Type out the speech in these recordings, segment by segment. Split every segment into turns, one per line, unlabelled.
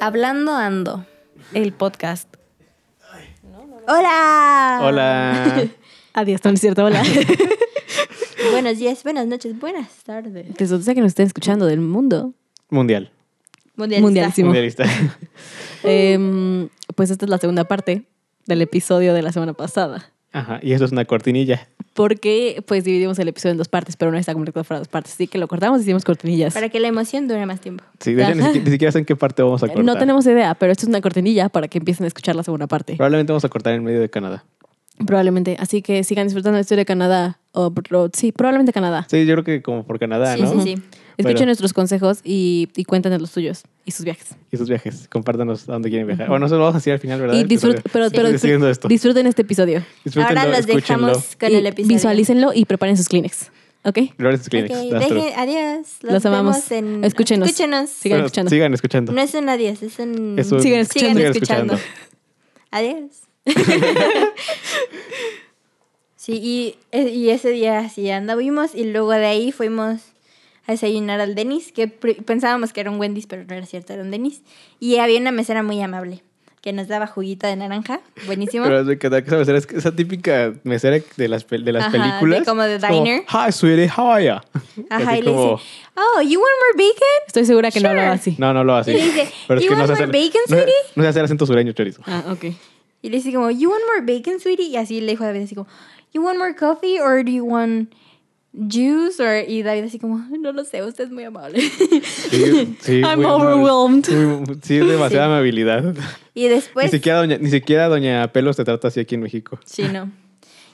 Hablando Ando, el podcast.
Hola.
Hola.
Adiós, no es cierto, hola.
Buenos días, buenas noches, buenas tardes.
Desde donde sea que nos estén escuchando del mundo.
Mundial.
Mundialista.
Mundialísimo.
Mundialista.
Em, pues esta es la segunda parte del episodio de la semana pasada.
Ajá. Y eso es una cortinilla.
Porque pues dividimos el episodio en dos partes, pero no está completo para dos partes. Así que lo cortamos y hicimos cortinillas.
Para que la emoción dure más tiempo.
Sí, de hecho, ni,
Ajá.
siqui- ni siquiera sé en qué parte vamos a cortar.
No tenemos idea, pero esto es una cortinilla para que empiecen a escuchar la segunda parte.
Probablemente vamos a cortar en medio de Canadá.
Probablemente. Así que sigan disfrutando la historia de Canadá. O, pro- sí, probablemente Canadá.
Sí, yo creo que como por Canadá,
sí,
¿no?
sí, sí.
Escuchen
Bueno.
nuestros consejos y, y cuéntenos los suyos y sus viajes.
Y sus viajes. Compártanos a dónde quieren viajar. Bueno, eso lo vamos a decir al final, ¿verdad?
Y
Del
disfrut-
episodio.
pero,
Sí.
pero
Estoy siguiendo esto.
disfruten este episodio.
Disfrútenlo,
Ahora los
escúchenlo.
dejamos con
Y
el episodio.
Visualícenlo y preparen sus Kleenex. ¿Ok?
Glorious
Ok,
Clinics. that's true.
dejen- adiós.
Los amamos.
vemos en-
Escúchenos.
Escúchenos.
Sigan
Bueno,
escuchando.
Sigan escuchando.
No es un adiós, es un...
Es un-
Sigan escuchando.
Sigan
Sigan
escuchando.
escuchando.
Adiós. sí, y, e- y ese día así anduvimos y luego de ahí fuimos a desayunar al Denis, que pr- pensábamos que era un Wendy's, pero no era cierto, era un Denis. Y había una mesera muy amable que nos daba juguita de naranja, buenísimo.
Pero me encanta que esa mesera es esa típica mesera de las, pel- de las
Ajá, de
películas.
como de
Es
diner.
Hi, sweetie, how are ya?
Ajá,
Así
y le
como-
dice, oh, you want more bacon?
Estoy segura que no
Sure.
hablaba así.
No, no lo hace.
Y le dice,
Pero es
"You
que no
want
se hace
more bacon,
no,
sweetie?"
no se hace el acento sureño, chorizo.
Ah, ok.
Y le dice como, you want more bacon, sweetie? Y así le dijo a David así como, you want more coffee or do you want juice? Or, y David así como, no lo sé, usted es muy amable.
Sí, sí,
I'm
muy- muy-
overwhelmed. Pues
muy- sí, es demasiada amabilidad.
y después...
ni, siquiera doña, ni siquiera Doña Pelos te trata así aquí en México.
Sí, no.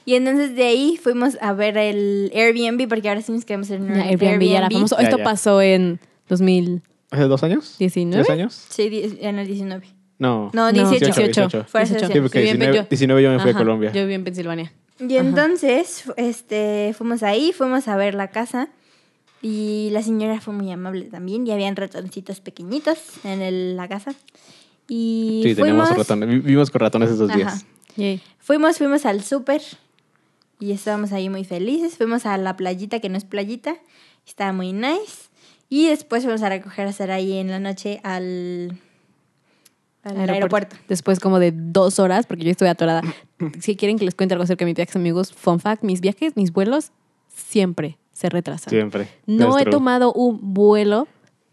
Y entonces de ahí fuimos a ver el Airbnb, porque ahora sí nos quedamos en un
Ya, Airbnb ya era famoso.
Ya,
Esto
ya.
pasó en 2019.
¿Hace dos años? ¿Tres años?
Sí, di- en el 19.
No.
No, 18.
18.
Fue hace
Sí, porque
Sí, bien,
19,
yo-
19 yo me fui
Ajá,
a Colombia.
Yo viví en Pensilvania.
Y entonces fu- este, fuimos ahí, fuimos a ver la casa. Y la señora fue muy amable también. Y habían ratoncitos pequeñitos en el- la casa. Y
sí,
fuimos,
teníamos ratones. vi- Vivimos con ratones esos
Ajá.
días.
Yay.
fuimos, fuimos al súper. Y estábamos ahí muy felices. Fuimos a la playita, que no es playita. Estaba muy nice. Y después fuimos a recoger a Saraí en la noche al, al aeropuerto.
Después como de dos horas, porque yo estuve atorada. si quieren que les cuente algo acerca de mis viajes, amigos, fun fact, mis viajes, mis vuelos, siempre se retrasan.
Siempre.
No
That's
he
true.
tomado un vuelo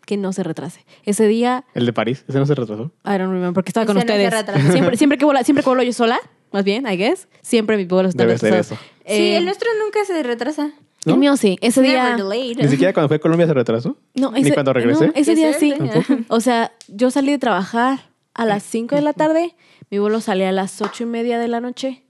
que no se retrase. Ese día,
¿El de París? ¿Ese no se retrasó?
I don't remember, porque estaba
Ese
con
no se
ustedes.
retrasa.
Siempre, siempre, que vuelo, siempre que vuelo yo sola, más bien, I guess, siempre mis vuelos están
Debe ser
retrasados.
eso.
sí,
Eh,
el nuestro nunca se retrasa.
¿no?
el mío sí. Ese
Never
día...
delayed.
Ni siquiera cuando fui a Colombia se retrasó.
No,
Ni
ese-
cuando regresé.
no, ese
Qué
día sí.
suerte. Tampoco.
O sea, yo salí de trabajar a las 5 de la tarde, mi vuelo salía a las 8 y media de la noche,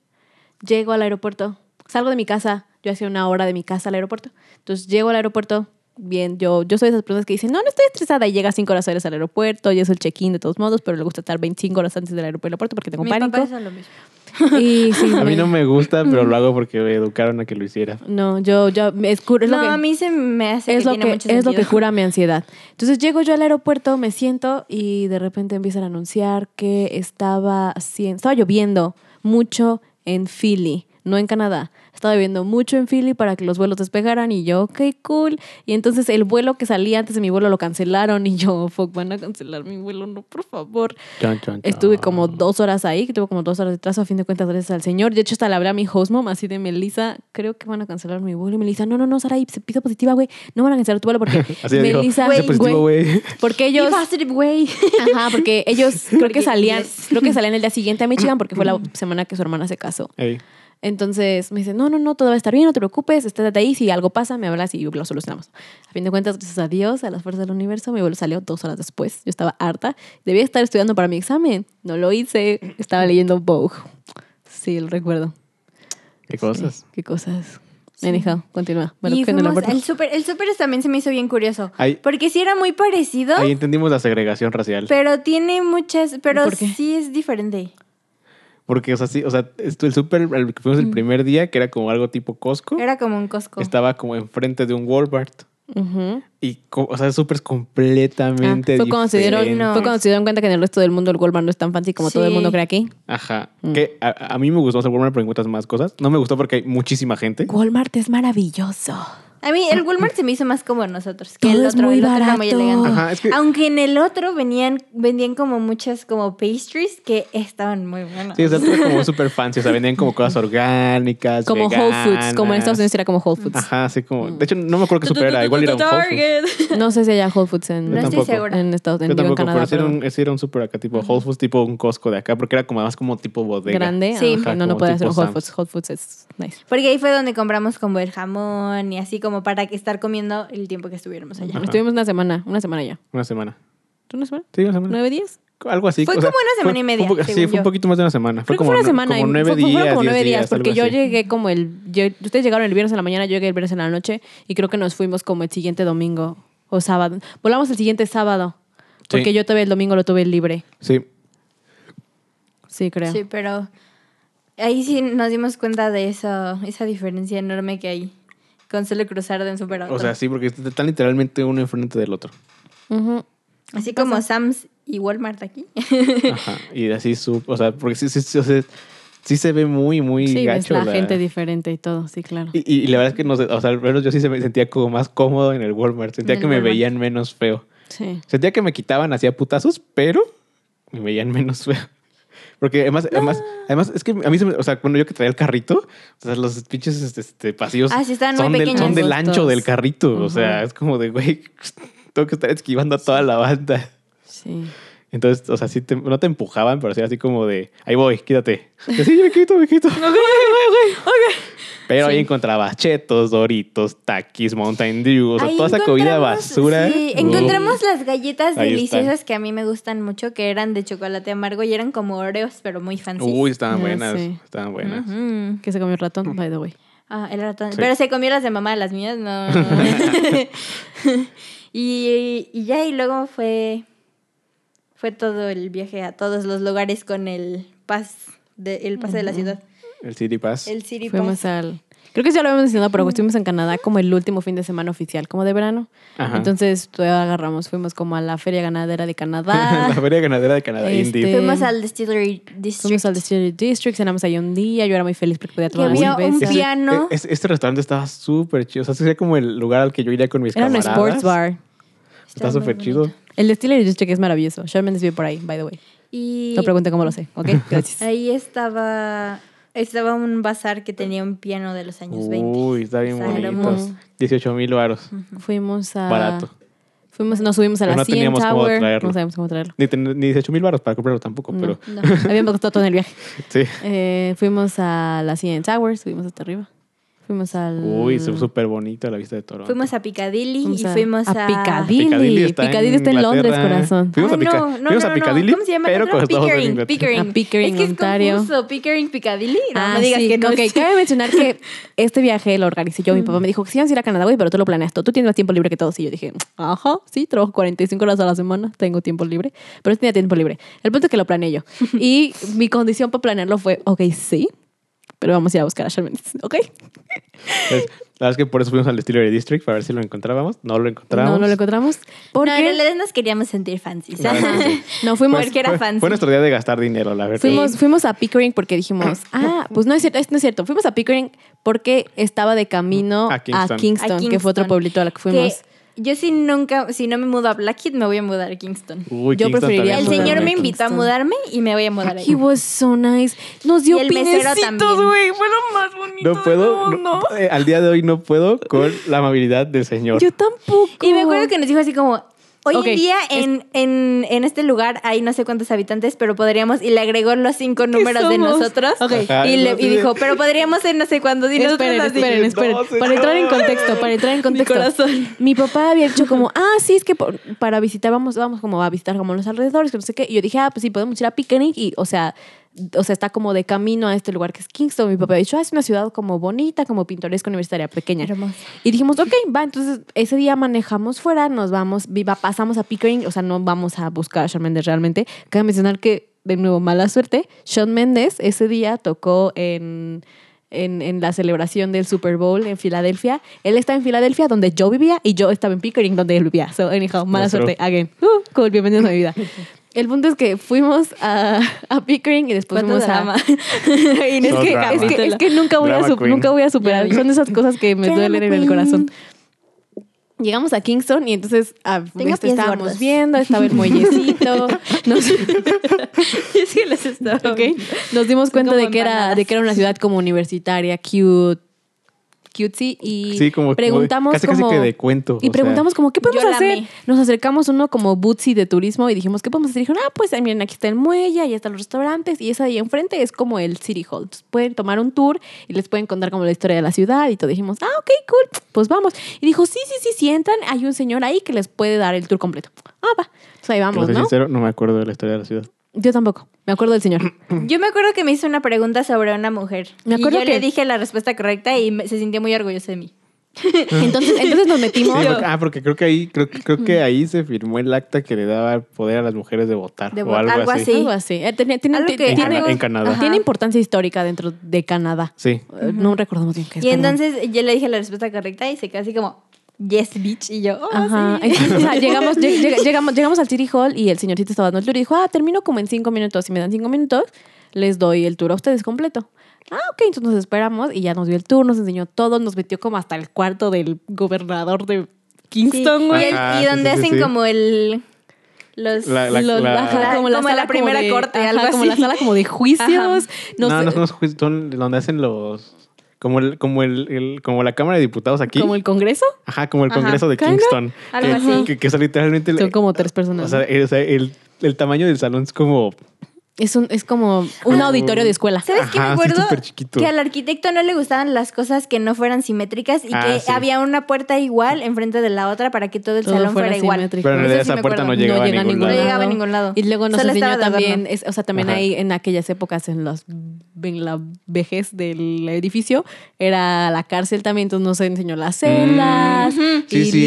llego al aeropuerto, salgo de mi casa, yo hacía una hora de mi casa al aeropuerto, entonces llego al aeropuerto, bien, yo, yo soy de esas personas que dicen, no, no estoy estresada y llega 5 horas antes al aeropuerto y es el check-in de todos modos, pero le gusta estar 25 horas antes del aeropuerto porque tengo
Mi papá
pánico.
hizo lo mismo.
Y sí,
A mí no me gusta, pero
Mm.
lo hago porque me educaron a que lo hiciera.
no, yo, yo, es, cur- es
no,
lo que-
a mí se me hace que
es lo
tiene
que
mucho
es lo que
sentido.
cura mi ansiedad. Entonces llego yo al aeropuerto, me siento y de repente empiezan a anunciar que estaba haciendo, estaba lloviendo mucho en Philly, no en Canadá. Estaba lloviendo mucho en Philly para que los vuelos despegaran y yo, ok, cool. Y entonces el vuelo que salía antes de mi vuelo lo cancelaron y yo, fuck, van a cancelar mi vuelo, no, por favor.
Chon, chon, chon.
Estuve como dos horas ahí, que tuve como dos horas de atraso, a fin de cuentas, gracias al señor. De hecho, hasta le hablé a mi host mom, así de Melissa, creo que van a cancelar mi vuelo. Y Melissa, no, no, no, Sara, y se piso positiva, güey, no van a cancelar tu vuelo porque
Así le dijo,
Melissa,
"Sé positivo, güey.
porque
Be
ellos,
positive way.
ajá, porque ellos creo que
Porque-
salían,
yes.
creo que salían el día siguiente a Michigan porque fue la semana que su hermana se casó.
Ey.
Entonces me dice, no, no, no, todo va a estar bien, no te preocupes, estate ahí, si algo pasa, me hablas y lo solucionamos. A fin de cuentas, gracias a Dios, a las fuerzas del universo, mi vuelo salió dos horas después. Yo estaba harta, debía estar estudiando para mi examen, no lo hice, estaba leyendo Vogue. Sí, lo recuerdo.
¿Qué cosas?
Sí, qué cosas. Anyhow, continúa. Bueno,
y
que en el
fuimos
aeropuerto.
al súper. El súper también se me hizo bien curioso.
Ahí-
Porque sí era muy parecido,
Ahí entendimos la segregación racial.
pero tiene muchas... Pero
¿Por qué?
sí es diferente.
Porque, o sea, sí, o sea, esto- el súper al que fuimos el primer día, que era como algo tipo Costco,
Era como un Costco.
estaba como enfrente de un Walmart.
Ujú.
Y, co- o sea, el súper es
Ah,
completamente
fue, cuando se dieron,
diferente.
no.
fue cuando se dieron cuenta que en el resto del mundo el Walmart no es tan fancy como todo el
Sí.
mundo cree aquí.
Ajá.
Mm.
Que a, a mí me gustó o sea, el Walmart porque encuentras más cosas. No me gustó porque hay muchísima gente.
Walmart es maravilloso.
A mí el Walmart se me hizo más como a nosotros que
Todo
el
es
otro.
muy
el otro era muy
barato.
elegante.
Ajá, es que-
Aunque en el otro venían, vendían como muchas como pastries que estaban muy buenas.
Sí, o sea, todo era como súper fancy. O sea, vendían como cosas orgánicas.
Como Whole Foods, como en Estados Unidos Mm. era como Whole Foods.
Ajá, así como. De hecho, no me acuerdo qué super era. Igual era un Whole Foods.
Target.
No sé si haya Whole Foods en,
Yo
No estoy
tampoco.
segura.
en Estados
Yo
Unidos, en
tampoco,
Canadá.
pero sí era
perdón.
un, sí era un super acá, tipo Whole Foods, tipo un Costco de acá, porque era como más como tipo bodega.
grande.
Sí.
ah,
Ajá,
no, no
como
puede
tipo
hacer un Whole
Sam's.
Foods. Whole Foods es nice.
Porque ahí fue donde compramos como el jamón y así como para que estar comiendo el tiempo que estuviéramos allá.
Ajá.
Estuvimos una semana, una semana ya.
Una semana.
¿Una semana?
Sí, una semana.
¿Nueve días?
Algo así.
Fue
o sea,
como una semana
fue-
y media,
fue un po- sí,
según
fue
yo.
un poquito más de una semana.
Creo que fue una
no-
semana.
Como
y
nueve
fue- fue- fueron
días.
como nueve
diez
días,
días,
porque
algo
yo
así.
llegué como el... yo- ustedes llegaron el viernes en la mañana, yo llegué el viernes en la noche y creo que nos fuimos como el siguiente domingo o sábado. Volamos el siguiente sábado porque
Sí.
yo todavía el domingo lo tuve libre.
Sí.
Sí, creo.
Sí, pero ahí sí nos dimos cuenta de eso, esa diferencia enorme que hay con solo cruzar de un superauto.
O sea, sí, porque están literalmente uno enfrente del otro.
Ujú.
Así como Sam's y Walmart aquí.
Ajá. Y así su. O sea, porque sí, sí, sí, o sea, sí se ve muy, muy
Sí, ves
gacho.
la gente diferente y todo, sí, claro.
Y, y- y la verdad es que no sé, o sea, al menos yo sí se me sentía como más cómodo en el Walmart. Sentía
En el
que me
Walmart.
veían menos feo.
Sí.
Sentía que me quitaban hacía putazos, pero me veían menos feo. Porque además, además, además, es que a mí se me, o sea, cuando yo que traía el carrito, o sea, los pinches este, este, pasillos
Ah, sí, estaban muy
son, del,
pequeños.
son del
Angostos.
ancho del carrito. O sea,
Ujú.
es como de, güey, tengo que estar esquivando a toda la banda.
Sí.
Entonces, o sea, sí te- no te empujaban, pero sí era así como de, ahí voy, quítate. Y así, me quito, me quito. Pero ahí encontrabas chetos, doritos, taquis, Mountain Dew, o sea,
Ahí
toda esa comida
encontramos-
basura.
Sí,
Uh.
encontramos las galletas
Ahí están.
deliciosas que a mí me gustan mucho, que eran de chocolate amargo y eran como Oreos, pero muy fancy.
Uy, estaban
Ah,
buenas,
sí.
estaban buenas.
Ujú.
Que se comió el ratón, by the way.
Ah, el ratón.
Sí.
Pero se comió las de mamá, las mías no. no. y, y ya, y luego fue. Fue todo el viaje a todos los lugares con el pas, de, el pase de la ciudad.
El City Pass.
El City
Fuimos
Pass.
al... Creo que ya lo habíamos mencionado, pero estuvimos en Canadá como el último fin de semana oficial, como de verano.
Ajá.
Entonces pues, agarramos, fuimos como a la feria ganadera de Canadá.
la feria ganadera de Canadá,
Este,
Indeed.
Fuimos al Distillery District.
fuimos al Distillery District, cenamos ahí un día. Yo era muy feliz porque podía tomar
Y había
unas
un
cervezas.
pi- piano.
e- es- este restaurante estaba súper chido. O sea, sería como el lugar al que yo iría con mis
Era un
camaradas.
sports bar.
Está
Estaba muy
súper chido.
bonito.
El Distillery District es maravilloso. Shawn Mendes vive por ahí, by the way.
Y
No pregunte cómo lo sé, ¿ok? Gracias.
ahí estaba. Estaba un bazar que tenía un piano de los años 20.
Uy, está bien
Está
bonito.
hermoso.
18 mil varos.
Fuimos a...
Barato.
Fuimos, nos subimos a
Pero
la
no
CN
teníamos cómo
Tower.
traerlo.
No sabíamos cómo traerlo.
Ni, ten- ni 18 mil varos para comprarlo tampoco, pero
No.
Habíamos gastado todo en el viaje.
sí.
Eh, fuimos a la CN Tower, subimos hasta arriba. Fuimos al...
Uy,
Mm.
su- súper bonito la vista de Toronto.
Fuimos a Piccadilly
Fuimos
y fuimos a.
Piccadilly. Piccadilly está,
Piccadilly está en
en Londres,
Inglaterra.
corazón.
Fuimos
Ah,
a Pica-
no, no,
fuimos
no,
a
no.
Piccadilly,
¿Cómo se llama? el
pero
otro?
con Estados
Pickering,
Unidos.
Pickering.
Ah, Pickering,
es que es
Ontario.
confuso. Pickering, Piccadilly. No
Ah,
me digas
sí,
que no.
ok.
es.
Cabe mencionar que este viaje lo organicé yo. Mi papá me dijo que sí vamos a ir a Canadá, güey, pero tú lo planeas todo. Tú tienes más tiempo libre que todos. Y yo dije, ajá, sí, trabajo 45 horas a la semana, tengo tiempo libre. Pero sí tenía tiempo libre. El punto es que lo planeé yo. Y mi condición para planearlo fue, ok, sí, pero vamos a ir a buscar a Shawn Mendes, ¿ok?
Pues, la verdad es que por eso fuimos al Distillery District para ver si lo encontrábamos. No lo encontramos.
No, no lo encontramos. Porque
No, en realidad nos queríamos sentir fancy.
Ah,
¿sabes?
Claro, sí.
no fuimos...
Porque era
fue,
fancy.
Fue nuestro día de gastar dinero, la verdad.
Fuimos, fuimos a Pickering porque dijimos, ah, pues no es cierto, es- no es cierto. Fuimos a Pickering porque estaba de camino
A
a Kingston,
Kingston.
A
que fue otro
Kingston.
pueblito a la que fuimos.
Que yo si nunca, si no me mudo a Blackheath, me voy a mudar a Kingston.
Uy,
Yo
Kingston
preferiría
también
El
fue
mudarme
señor
a
bonito.
me invitó a
Kingston.
mudaré y me voy a mudar
He
ahí.
was so nice. Nos dio
Y el mesero
pinecitos,
también.
güey. Fue lo más bonito
No puedo,
del mundo.
no- eh, al día de hoy no puedo con la amabilidad del señor.
Yo tampoco.
Y me acuerdo que nos dijo así como... Hoy
Ok,
en día
es-
en, en, en este lugar hay no sé cuántos habitantes, pero podríamos... Y le agregó los cinco números de
somos?
nosotros.
Ok.
Ajá,
Y, le-
no sé
y
de-
dijo, pero podríamos ser no sé cuántos. Y nosotros
Esperen,
así,
esperen, esperen.
No, señor.
Para entrar en contexto, para entrar en contexto.
corazón.
Mi papá había dicho como, ah, sí, es que por- para visitar, vamos, vamos como a visitar como los alrededores, que no sé qué. Y yo dije, ah, pues sí, podemos ir a Pickering y, o sea, o sea, está como de camino a este lugar que es Kingston. Mi papá había dicho, ah, es una ciudad como bonita, como pintoresca, universitaria, pequeña.
Hermosa.
Y dijimos, ok, va, entonces ese día manejamos fuera, nos vamos, viva, pasamos a Pickering, o sea, no vamos a buscar a Shawn Mendes realmente. Cabe mencionar que, de nuevo, mala suerte, Shawn Mendes ese día tocó en, en, en la celebración del Super Bowl en Filadelfia. Él está en Filadelfia, donde yo vivía, y yo estaba en Pickering, donde él vivía. So, anyhow, mala
That's
suerte,
true.
again. Uh, cool, bienvenidos a mi vida. El punto es que fuimos a, a Pickering y después
¿Cuánto
fuimos
drama?
a...
Y no
Es
So
que,
drama.
es, que, es que nunca voy, a
Drama
sup-
queen.
nunca voy a superar.
Ya vi.
Son esas cosas que me
Drama
duelen en el
queen.
corazón. Llegamos a Kingston y entonces ah,
Tengo
este,
pies
estábamos
gordos.
viendo, estaba el muellecito. nos,
es que los estaba.
ok, nos dimos cuenta
como
de que, era,
empanadas.
de que era una ciudad como universitaria, cute, cutesy. Y
Sí, como como-
preguntamos
casi,
como,
casi que de cuento.
Y
o sea,
preguntamos como, ¿qué
yo
podemos
la
hacer?
amé.
Nos acercamos uno como Bootsy de turismo y dijimos, ¿qué podemos hacer? Y dijeron, ah, pues ah, miren, aquí está el muelle, ahí están los restaurantes y esa de ahí enfrente es como el City Hall. Entonces, pueden tomar un tour y les pueden contar como la historia de la ciudad y todo. Dijimos, ah, ok, cool, pues vamos. Y dijo, sí, sí, sí, si entran, hay un señor ahí que les puede dar el tour completo. Ah, va. Entonces ahí
que les
vamos,
soy
¿no?
sincero, no me acuerdo de la historia de la ciudad.
Yo tampoco, me acuerdo del señor.
Yo me acuerdo que me hizo una pregunta sobre una mujer.
Me acuerdo
y yo
que-
le dije la respuesta correcta y me- se sintió muy orgulloso de mí.
Entonces, entonces nos
Sí,
metimos.
porque- ah, porque creo que ahí creo, creo que ahí se firmó el acta que le daba poder a las mujeres de votar
De
o
vo-
algo,
algo
así.
así.
Algo así. Eh, Tiene, tiene-
Algo que-
tiene-
En, Cana-
algo-
en Canadá.
Ajá.
tiene importancia histórica dentro de Canadá.
Sí.
Eh, No recordamos bien qué es.
y
perdón.
entonces yo le dije la respuesta correcta y se quedó así como, yes, bitch. Y yo, oh,
Ajá.
sí.
Entonces, o sea, llegamos, lleg- lleg- llegamos, llegamos al City Hall y el señorcito estaba dando el tour y dijo, ah, termino como en cinco minutos. Si me dan cinco minutos, les doy el tour a ustedes completo. Ah, ok, entonces nos esperamos y ya nos dio el tour, nos enseñó todo, nos metió como hasta el cuarto del gobernador de Kingston,
Sí.
güey.
Y, el-
Ajá,
y
Ah, sí,
donde
sí, sí,
hacen
sí.
como el... Los...
La- la-
Los- ajá,
como la
sala
primera
de-
corte,
ajá,
algo
como
así.
la sala como de juicios.
No,
nos-
no, son los juicios, son donde hacen los como el, como el, el- como la Cámara de Diputados aquí.
Como el Congreso.
Ajá, como el
Ajá.
Congreso de
Kinda,
Kingston.
algo
que,
así.
que- que es literalmente el-
Son como tres personas.
o sea, el, o sea, el- el tamaño del salón es como
es, un, es como un
Ah.
auditorio de escuela.
¿Sabes qué me
Ajá, sí,
acuerdo?
súper chiquito.
que al arquitecto no le gustaban las cosas que no fueran simétricas y
Ah,
que
sí.
había una puerta igual enfrente de la otra para que todo el
Todo
salón fuera, igual.
simétrico.
Pero en
Eso
realidad
sí
esa
me
puerta no
acuerdo.
llegaba a ningún lado.
No llegaba a ningún lado.
Y luego nos
Solo
enseñó
estaba de adorno.
también, es- o sea, también
Ajá.
ahí en aquellas épocas, en, los, en la vejez del edificio, era la cárcel también, entonces nos enseñó las celdas
Ujú.
y
Sí, cierto.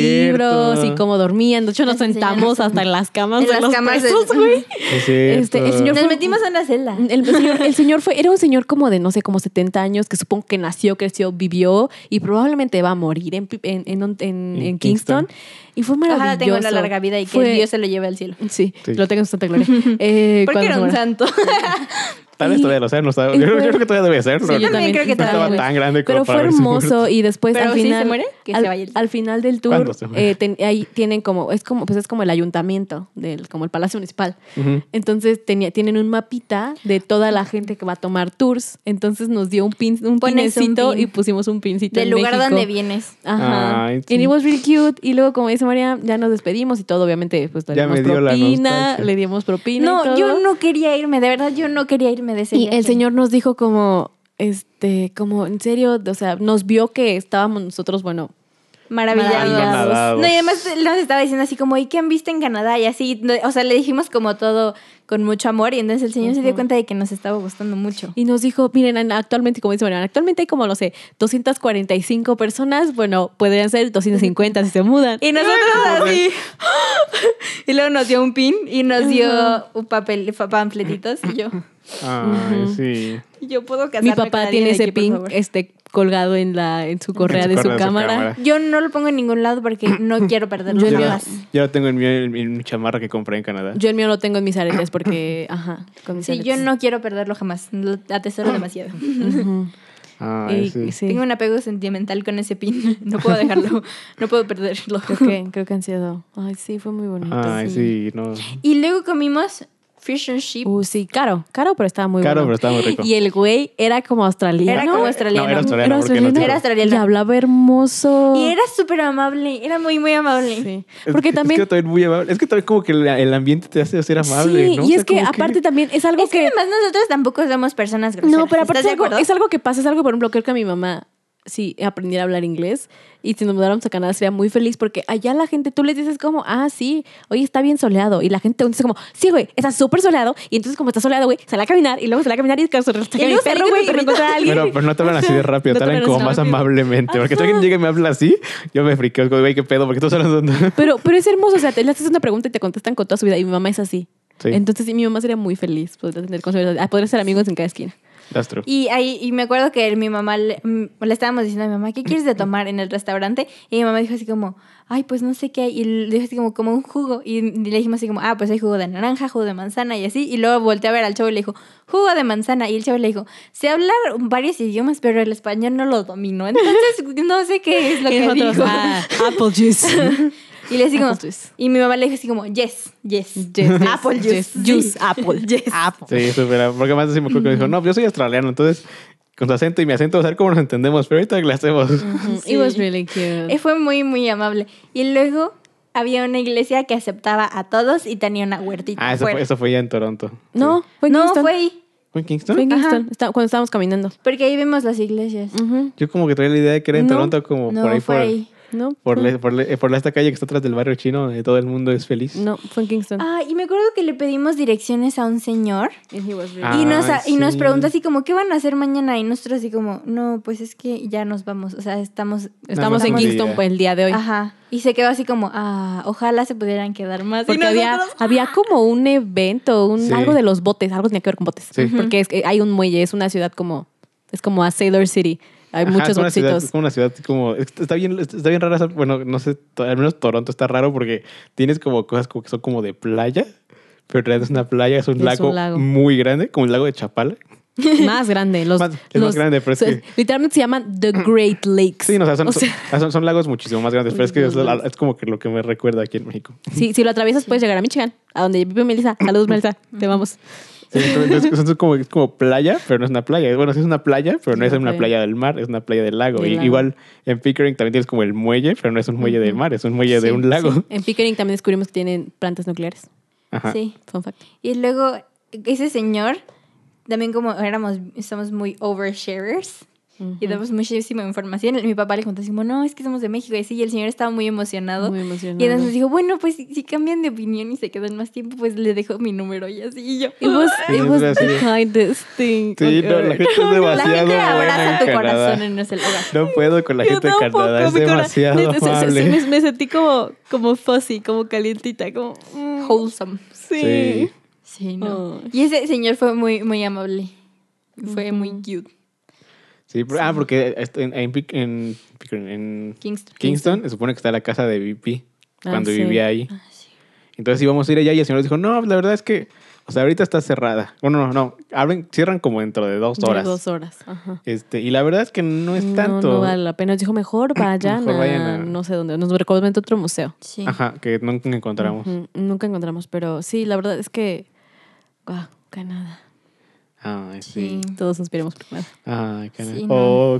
libros y cómo dormían. De hecho, nos
Nos enseñó
sentamos
las-
hasta en las camas
en
de
las
los
camas del-
presos, güey.
Es cierto.
Este, el señor-
Nos metimos en la celda.
El señor, el señor fue, era un señor como de, no sé, como 70 años, que supongo que nació, creció, vivió y probablemente va a morir en, en, en, en- en Kingston.
Kingston.
Y fue maravilloso.
Ojalá tenga una larga vida y que
Fue-
Dios se lo lleve al cielo.
Sí,
Sí.
lo tengo en Santa Gloria. Eh,
Porque
cuando
era
se
un
muera.
santo.
uh, Tal vez todavía lo sea, no sabe.
y
Yo, creo-
fue-
yo creo que todavía debe ser.
Sí,
pero
yo
no
también creo que
estaba
también.
tan grande como
Pero fue
para haberse muerto.
hermoso y después
Pero
al
sí se
final
muere, que se
al,
vaya el-
al final del
¿Cuándo
tour
se muere?
eh, ten- ahí tienen como es como pues es como el ayuntamiento del como el palacio municipal.
Ujú.
Entonces tenía tienen un mapita de toda la gente que va a tomar tours. Entonces nos dio un pin un
Pones un
pinecito
pin.
y pusimos un pincito
Del
en
lugar
México.
donde vienes.
Ajá.
Ay,
And
sí.
it was really cute. Y luego, como dice María, ya nos despedimos y todo, obviamente, pues le
Ya
dimos
me dio la
propina,
nostalgia.
le dimos propina. y
No,
todo.
yo no quería irme, de verdad, yo no quería irme de ese
Y
viaje.
el señor nos dijo como, este, como, en serio, o sea, nos vio que estábamos nosotros, bueno,
Maravillados.
Maravillados.
No, y además él nos estaba diciendo así como, ¿y qué han visto en Canadá? Y así, no- o sea, le dijimos como todo con mucho amor y entonces el señor se dio
Ujú.
cuenta de que nos estaba gustando mucho.
y nos dijo, miren, an- actualmente, como dice Mariana, actualmente hay como, no sé, 245 personas, bueno, podrían ser 250 si se mudan.
Y nosotros así. y luego nos dio un pin y nos dio un papel, fa- panfletitos y yo.
Ay, sí.
Yo puedo casarme
Mi
con
papá
alguien
tiene
de
ese
aquí, por
pin,
favor.
este, colgado en la, en su correa
En su
de su,
correa de su
cámara.
cámara.
Yo no lo pongo en ningún lado porque no quiero perderlo
Yo el
Yo
mío-
la,
jamás.
yo la tengo en mi, en, mi- en mi chamarra que compré en Canadá.
Yo el mío lo tengo en mis aretes porque, ajá, con mis
Sí,
aretes.
yo no quiero perderlo jamás. Lo
Ah.
atesoro demasiado.
Ujú.
Ay,
Y-
sí.
sí.
Tengo un apego sentimental con ese pin. No puedo dejarlo. no puedo perderlo.
Creo que, creo que han sido. Ay, sí, fue muy bonito.
Ay, sí, no.
Y luego comimos fish and chip.
Uh, sí, caro, caro, pero estaba muy
Caro,
bueno.
pero estaba muy rico.
Y el güey era como australiano.
Era como australiano.
No, era australiano, porque no
Era australiano.
Y hablaba hermoso.
Y era súper amable. Era muy, muy amable.
Sí.
Es-
Porque
es,
también.
que también muy amable. Es que también como que la- el ambiente te hace ser amable,
sí,
¿no? O
y
sea,
es que
como
aparte también es algo
Es que además nosotros tampoco somos personas groseras.
No, pero
¿Estás
aparte es
de
algo,
acuerdo?
es algo que pasa, es algo, por ejemplo, creo que mi mamá, si aprendiera a hablar inglés y si nos mudáramos a Canadá, sería muy feliz porque allá la gente, tú les dices como, ah, sí, hoy está bien soleado. Y la gente te dice como, sí, güey, está súper soleado. Y entonces, como está soleado, güey, sale a caminar y luego sale a caminar y se
Y
rescata el
luego sale
perro,
con
güey,
tu
pero
perrito.
encuentra a alguien.
Pero, pero no te hablan así de rápido,
No
te
te
hablan
hablan
como
así
más
rápido.
amablemente. Porque si alguien llega y me habla así, yo me friqueo. Digo, güey, qué pedo, porque todos hablan de...
Pero, pero es hermoso, o sea, te le haces una pregunta y te contestan con toda su vida. Y mi mamá es así.
Sí.
pues, Entonces, sí, mi mamá sería muy feliz. Podría tener con su- ah, podría ser amigos en cada esquina.
Lastro.
Y ahí y me acuerdo que mi mamá le, mm, le estábamos diciendo a mi mamá, ¿qué quieres de tomar en el restaurante? Y mi mamá dijo así como, ay, pues no sé qué hay. Y le dijo así como, como un jugo. Y le dijimos así como, ah, pues hay jugo de naranja, jugo de manzana y así. Y luego volteé a ver al chavo y le dijo, jugo de manzana. Y el chavo le dijo, sé hablar varios idiomas, pero el español no lo domino. Entonces no sé qué es lo
Y
que
nosotros,
dijo.
ah, apple juice.
Y le dije como,
Apple juice.
y mi mamá le dijo así como, yes, yes,
Yes,
apple
yes,
juice.
yes.
sí".
Juice, apple.
Yes.
Apple.
Sí, súper. Porque más así me acuerdo que dijo, no, pues yo soy australiano, entonces con su acento y mi acento, a ver cómo nos entendemos, pero ahorita le hacemos.
Mm,
Sí.
It was really
Eh,
cute.
Fue muy, muy amable. Y luego había una iglesia que aceptaba a todos y tenía una huertita.
Ah, eso
afuera.
fue, eso fue ya en Toronto.
No, fue en
no,
Kingston.
fue ahí.
¿Fue en Kingston?
Fue en
Ajá.
Kingston, está- cuando estábamos caminando.
Porque ahí vimos las iglesias.
Ujú.
Yo como que traía la idea de que era en
No,
Toronto, como
no,
por ahí
fue
por,
ahí.
No,
por,
fue-
le- por le- eh, por esta calle que está atrás del barrio chino donde todo el mundo es feliz.
no, fue en Kingston.
Ah, y me acuerdo que le pedimos direcciones a un señor.
And he was really-
Ah,
y nos, a- y nos
sí.
preguntó así como, ¿qué van a hacer mañana? Y nosotros así como, no, pues es que ya nos vamos. O sea, estamos...
Estamos
más
en
un
Kingston
día.
pues, el día de hoy.
Ajá. Y se quedó así como, ah, ojalá se pudieran quedar más. Y
Porque había,
nosotros-
había como un evento, un,
Sí.
algo de los botes, algo tenía que ver con botes.
Sí. Ujú.
Porque es que hay un muelle, es una ciudad como, es como a Sailor City. Hay
Ajá,
muchos
es una ciudad-
botecitos.
es como una ciudad como está bien está bien rara esa- bueno no sé to- al menos Toronto está raro porque tienes como cosas como que son como de playa pero en realidad es una playa es un,
Es un
lago,
lago.
muy grande como el lago de Chapala
más grande. Los,
Más- es más
los-
grande, pero es
so-
que-
Literalmente se llaman The Great Lakes.
sí no, o sea, son, ah,
O sea,
son- son- son lagos muchísimo más grandes pero es que es, la-
Muchísimo
es como que lo que me recuerda aquí en México
si, si lo atraviesas puedes llegar a Michigan, a donde vive Melissa. Saludos, Melissa. Te vamos.
Sí, entonces, entonces es, como, es como playa, pero no es una playa. Bueno, sí es una playa, pero no
Sí,
es
una
una
playa.
playa del mar, es una playa del lago.
Del
Y
lago.
Igual en Pickering también tienes como el muelle, pero no es un muelle del mar, es un muelle de
Sí,
un lago.
Sí. En Pickering también descubrimos que tienen plantas nucleares.
Ajá.
Sí.
Fun fact.
Y luego ese señor, también como éramos, somos muy oversharers y damos muchísima información. Mi papá le contó así como, no, es que somos de México y así, y el señor estaba muy emocionado.
Muy emocionado.
Y entonces dijo, bueno, pues si, si cambian de opinión y se quedan más tiempo, pues le dejo mi número y así. Y yo,
It was,
Sí,
it was
es
the
así.
kindest thing.
Sí,
on
no, la
earth.
gente es
la
demasiado
gente
buena en
abraza tu
Canadá.
corazón en ese lugar.
No puedo con la gente de Canadá, es
mi cora-
demasiado
se- se- se-
amable.
me, me sentí como, como fuzzy, como calientita, como... mm,
Wholesome.
sí.
Sí.
Sí, no.
Ay.
Y ese señor fue muy, muy amable. Fue muy cute.
Sí, pero- ah, porque este- en, en Pick- en Pickering, en
Kingston.
Kingston se supone que está la casa de VP
Ah,
cuando
sí.
vivía ahí.
Ah, sí.
Entonces íbamos a ir allá y el señor nos dijo, no, la verdad es que, o sea, ahorita está cerrada. Bueno, no, no, abren, cierran como dentro de dos
De
horas.
Dos horas. Ajá.
Este, y la verdad es que no es tanto.
No, no vale la pena. Nos dijo, mejor vayan,
Mejor vayan
a,
a-
no sé dónde. Nos recomendó otro museo.
Sí.
Ajá, que nunca encontramos.
Ujú, Nunca encontramos, pero sí, la verdad es que... Guau, Canadá.
Ay,
Sí.
sí.
Todos suspiramos por Canadá.
Ay, Canadá.
Sí, no.
Oh,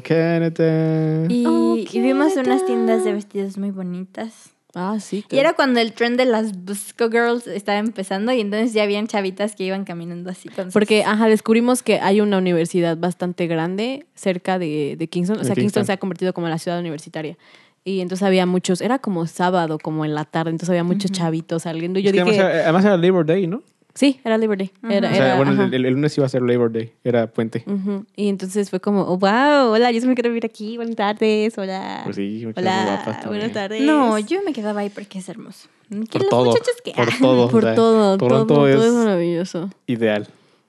Canadá.
Y,
Ok,
y vimos unas
ta.
tiendas de vestidos muy bonitas.
Ah, sí.
Y era cuando el trend de las Busco Girls estaba empezando y entonces ya habían chavitas que iban caminando así con sus-
ah,
Porque, ajá, descubrimos que hay una universidad bastante grande cerca de, de Kingston. O
De
sea, Kingston.
Kingston.
se ha convertido como en la ciudad universitaria. Y entonces había muchos, era como sábado, como en la tarde, entonces había muchos chavitos saliendo. Y yo
Es que
dije,
además, era- además era Labor Day, ¿no?
sí, era Labor Day. Era,
o sea,
era-
bueno,
ajá.
el, el- el lunes iba a ser Labor Day, era puente.
Ujú. Y entonces fue como, oh, wow, hola, yo sí me quiero vivir aquí, buenas tardes, hola.
Pues sí, muchas guapas
hola,
también.
buenas tardes.
No, yo me quedaba ahí porque es hermoso. Que
Por
los
todo.
muchachos que
Por todo.
Por
o sea,
todo, todo,
Toronto
todo
es
es maravilloso.
ideal.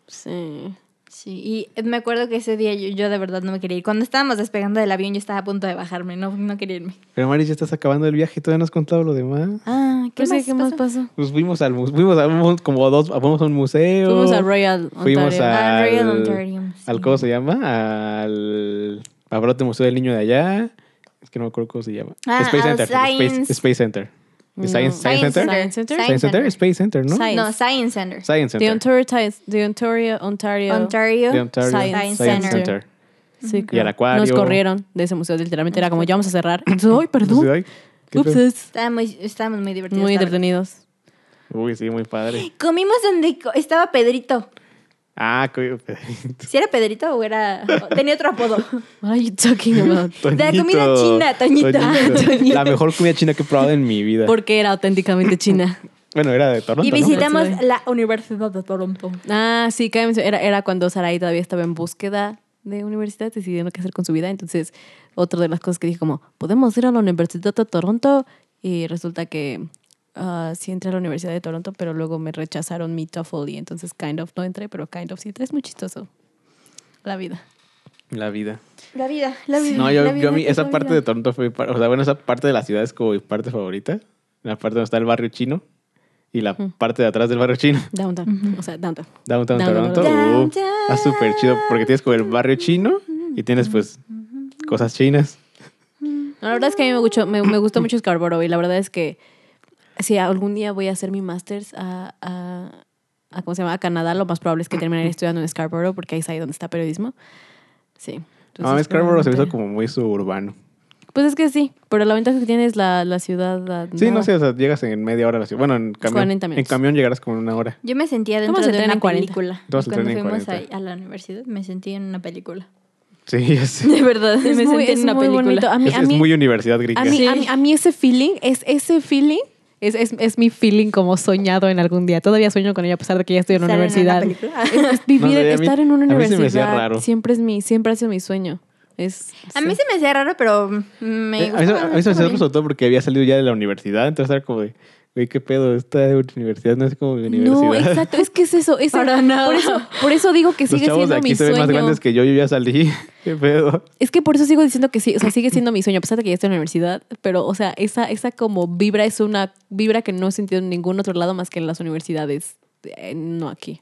Sí.
Sí, y eh, me acuerdo que ese día yo, yo de verdad no me quería ir. Cuando estábamos despegando del avión yo estaba a punto de bajarme, no, no quería irme.
Pero Maris, ya estás acabando el viaje y todavía no has contado lo demás.
Ah,
¿Qué, más, ¿qué más pasó?
Pues fuimos al mu- fuimos a un- como a dos, fuimos a un museo.
Fuimos a Royal Ontario.
Fuimos
Ah,
al,
Royal Ontario,
al
sí.
¿cómo se llama? Al Pavarotti Museo del Niño de allá. Es que no me acuerdo cómo se llama.
Ah,
Space
al
Center. Space,
Science-
Space Center.
No.
Science, Science
Science
Center.
Science Center.
Science Center, Space Center, ¿no?
Science.
No, Science Center.
Science
The
Center.
Ontario, Times- the Ontario, Ontario.
Ontario.
De Ontario.
Science Center. Sí, creo.
al acuario.
Nos corrieron de ese museo, literalmente era como, ya vamos a cerrar. Entonces, ay,
Entonces,
perdón.
ay, qué
Ups,
feo.
es
Estábamos, estábamos muy divertidos.
muy
la verdad.
entretenidos.
Uy, sí, muy padre.
Comimos donde co- estaba Pedrito.
Ah, qué-
¿Si era Pedrito o era... o tenía otro apodo?
What are you talking about?
De la
Toñito.
comida china, Toñito.
Toñito.
La mejor comida china que he probado en mi vida.
Porque era auténticamente china.
Bueno, era de Toronto,
Y
¿no?
visitamos
Sí.
la Universidad de Toronto.
Ah, sí, cabe mencionar, era, era cuando Saraí todavía estaba en búsqueda de universidad, decidiendo qué hacer con su vida. Entonces, otra de las cosas que dije como, podemos ir a la Universidad de Toronto. Y resulta que ah, sí entré a la Universidad de Toronto, pero luego me rechazaron mi TOEFL y entonces kind of no entré, pero kind of sí entré. Es muy chistoso. La vida.
La vida.
La vida, la vida.
No, yo,
la vida
yo a mí,
que es
esa
la
parte
vida.
de Toronto fue, par- o sea, bueno, esa parte de la ciudad es como mi parte favorita. La parte donde está el barrio chino y la
Mm.
Ujú.
parte de atrás del barrio chino.
Downtown.
Ujú.
O sea, downtown.
Downtown
Downtown,
Toronto.
Downtown.
uh, está súper chido porque tienes como el barrio chino y tienes pues cosas chinas.
No, la verdad es que a mí me gustó, me, me gustó mucho Scarborough y la verdad es que si algún día voy a hacer mi máster's a, a, a- ¿cómo se llama? A Canadá, lo más probable es que terminaré estudiando en Scarborough porque ahí es ahí donde está periodismo. Sí.
No,
Entonces,
Scarborough se me hizo
probablemente-
como muy suburbano.
Pues es que sí, pero la ventaja que tiene es la, la ciudad. la-
Sí, no
nada.
sé, o sea, llegas en media hora a la ciudad. Bueno, en camión.
40
En
Pues minutos.
camión llegarás como en una hora.
Yo me sentía
Tomas
dentro
el
de
tren
una
a 40.
película.
Tomas el
Cuando
tren en
fuimos a,
40.
a la universidad me sentí en una película.
Sí, es,
De verdad,
Es
me
muy,
sentí en
es
una
muy
película.
bonito. A mí,
es-
a
es
mí-
muy universidad gringa. Eh,
A mí,
Sí.
a, mí, a mí ese feeling, es ese feeling, es, es, es mi feeling como soñado en algún día. Todavía sueño con ella a pesar de que ya estoy en la
Estar en una
universidad.
película.
Es- es vivir,
No sé, a mí-
estar en una
a mí se me hacía
universidad
raro.
siempre es mi, siempre ha sido mi sueño. Es,
A mí se me hacía raro, pero mm, me
Eh, a mí se-
gustaba,
a mí se
estaba
me hizo
bien.
sobre todo porque había salido ya de la universidad, entonces era como de, güey, qué pedo, esta universidad no es como mi universidad.
No, exacto, es que es eso, es
Para
el-
nada.
Por eso, por eso digo que
Los
sigue
chavos de
siendo
aquí
mi
se ven más
sueño.
grandes que yo, yo ya salí, qué pedo.
Es que por eso sigo diciendo que sí, o sea, sigue siendo mi sueño, a pesar de que ya estoy en la universidad, pero, o sea, esa, esa como vibra es una vibra que no he sentido en ningún otro lado más que en las universidades, eh, no aquí,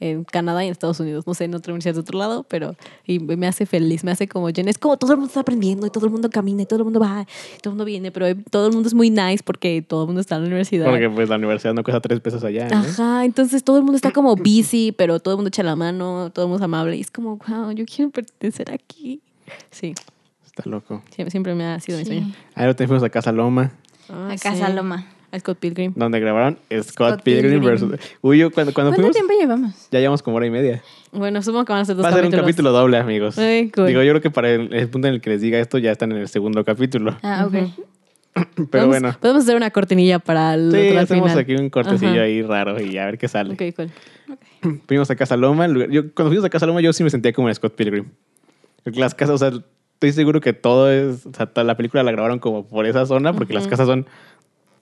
en Canadá y en Estados Unidos, no sé, en otra universidad de otro lado, pero y me hace feliz, me hace como llena, es como todo el mundo está aprendiendo y todo el mundo camina y todo el mundo va, y todo el mundo viene, pero eh, todo el mundo es muy nice porque todo el mundo está en la universidad.
Porque pues la universidad no cuesta tres pesos allá, ¿no?
Ajá, entonces todo el mundo está como busy, pero todo el mundo echa la mano, todo el mundo es amable y es como, wow, yo quiero pertenecer aquí. Sí.
Está loco.
Siempre, siempre me ha sido mi
Sí.
sueño. Ah,
Ahí lo fuimos a Casa Loma,
A Casa Loma.
A Scott Pilgrim.
donde grabaron Scott,
Scott
Pilgrim
Pilgrim.
versus... Uy, yo cuando, cuando
¿Cuánto
fuimos,
tiempo llevamos?
ya llevamos como hora y media.
Bueno, supongo que van a ser dos
Va a ser un
capítulos.
capítulo doble, amigos.
Ay, cool.
Digo, yo creo que para el, el punto en el que les diga esto ya están en el segundo capítulo.
Ah, ok.
Ujú.
Pero
Podemos-
bueno,
Podemos hacer una cortinilla para el
sí,
otro al
hacemos
final.
aquí un cortecillo
Ajá.
ahí raro y a ver qué sale.
Ok, cool.
Fuimos a Casa Loma. el lugar- Yo, cuando fuimos a Casa Loma, yo sí me sentía como en Scott Pilgrim. Las casas, o sea, estoy seguro que todo es. O sea, toda la película la grabaron como por esa zona, porque las
Ujú.
casas son.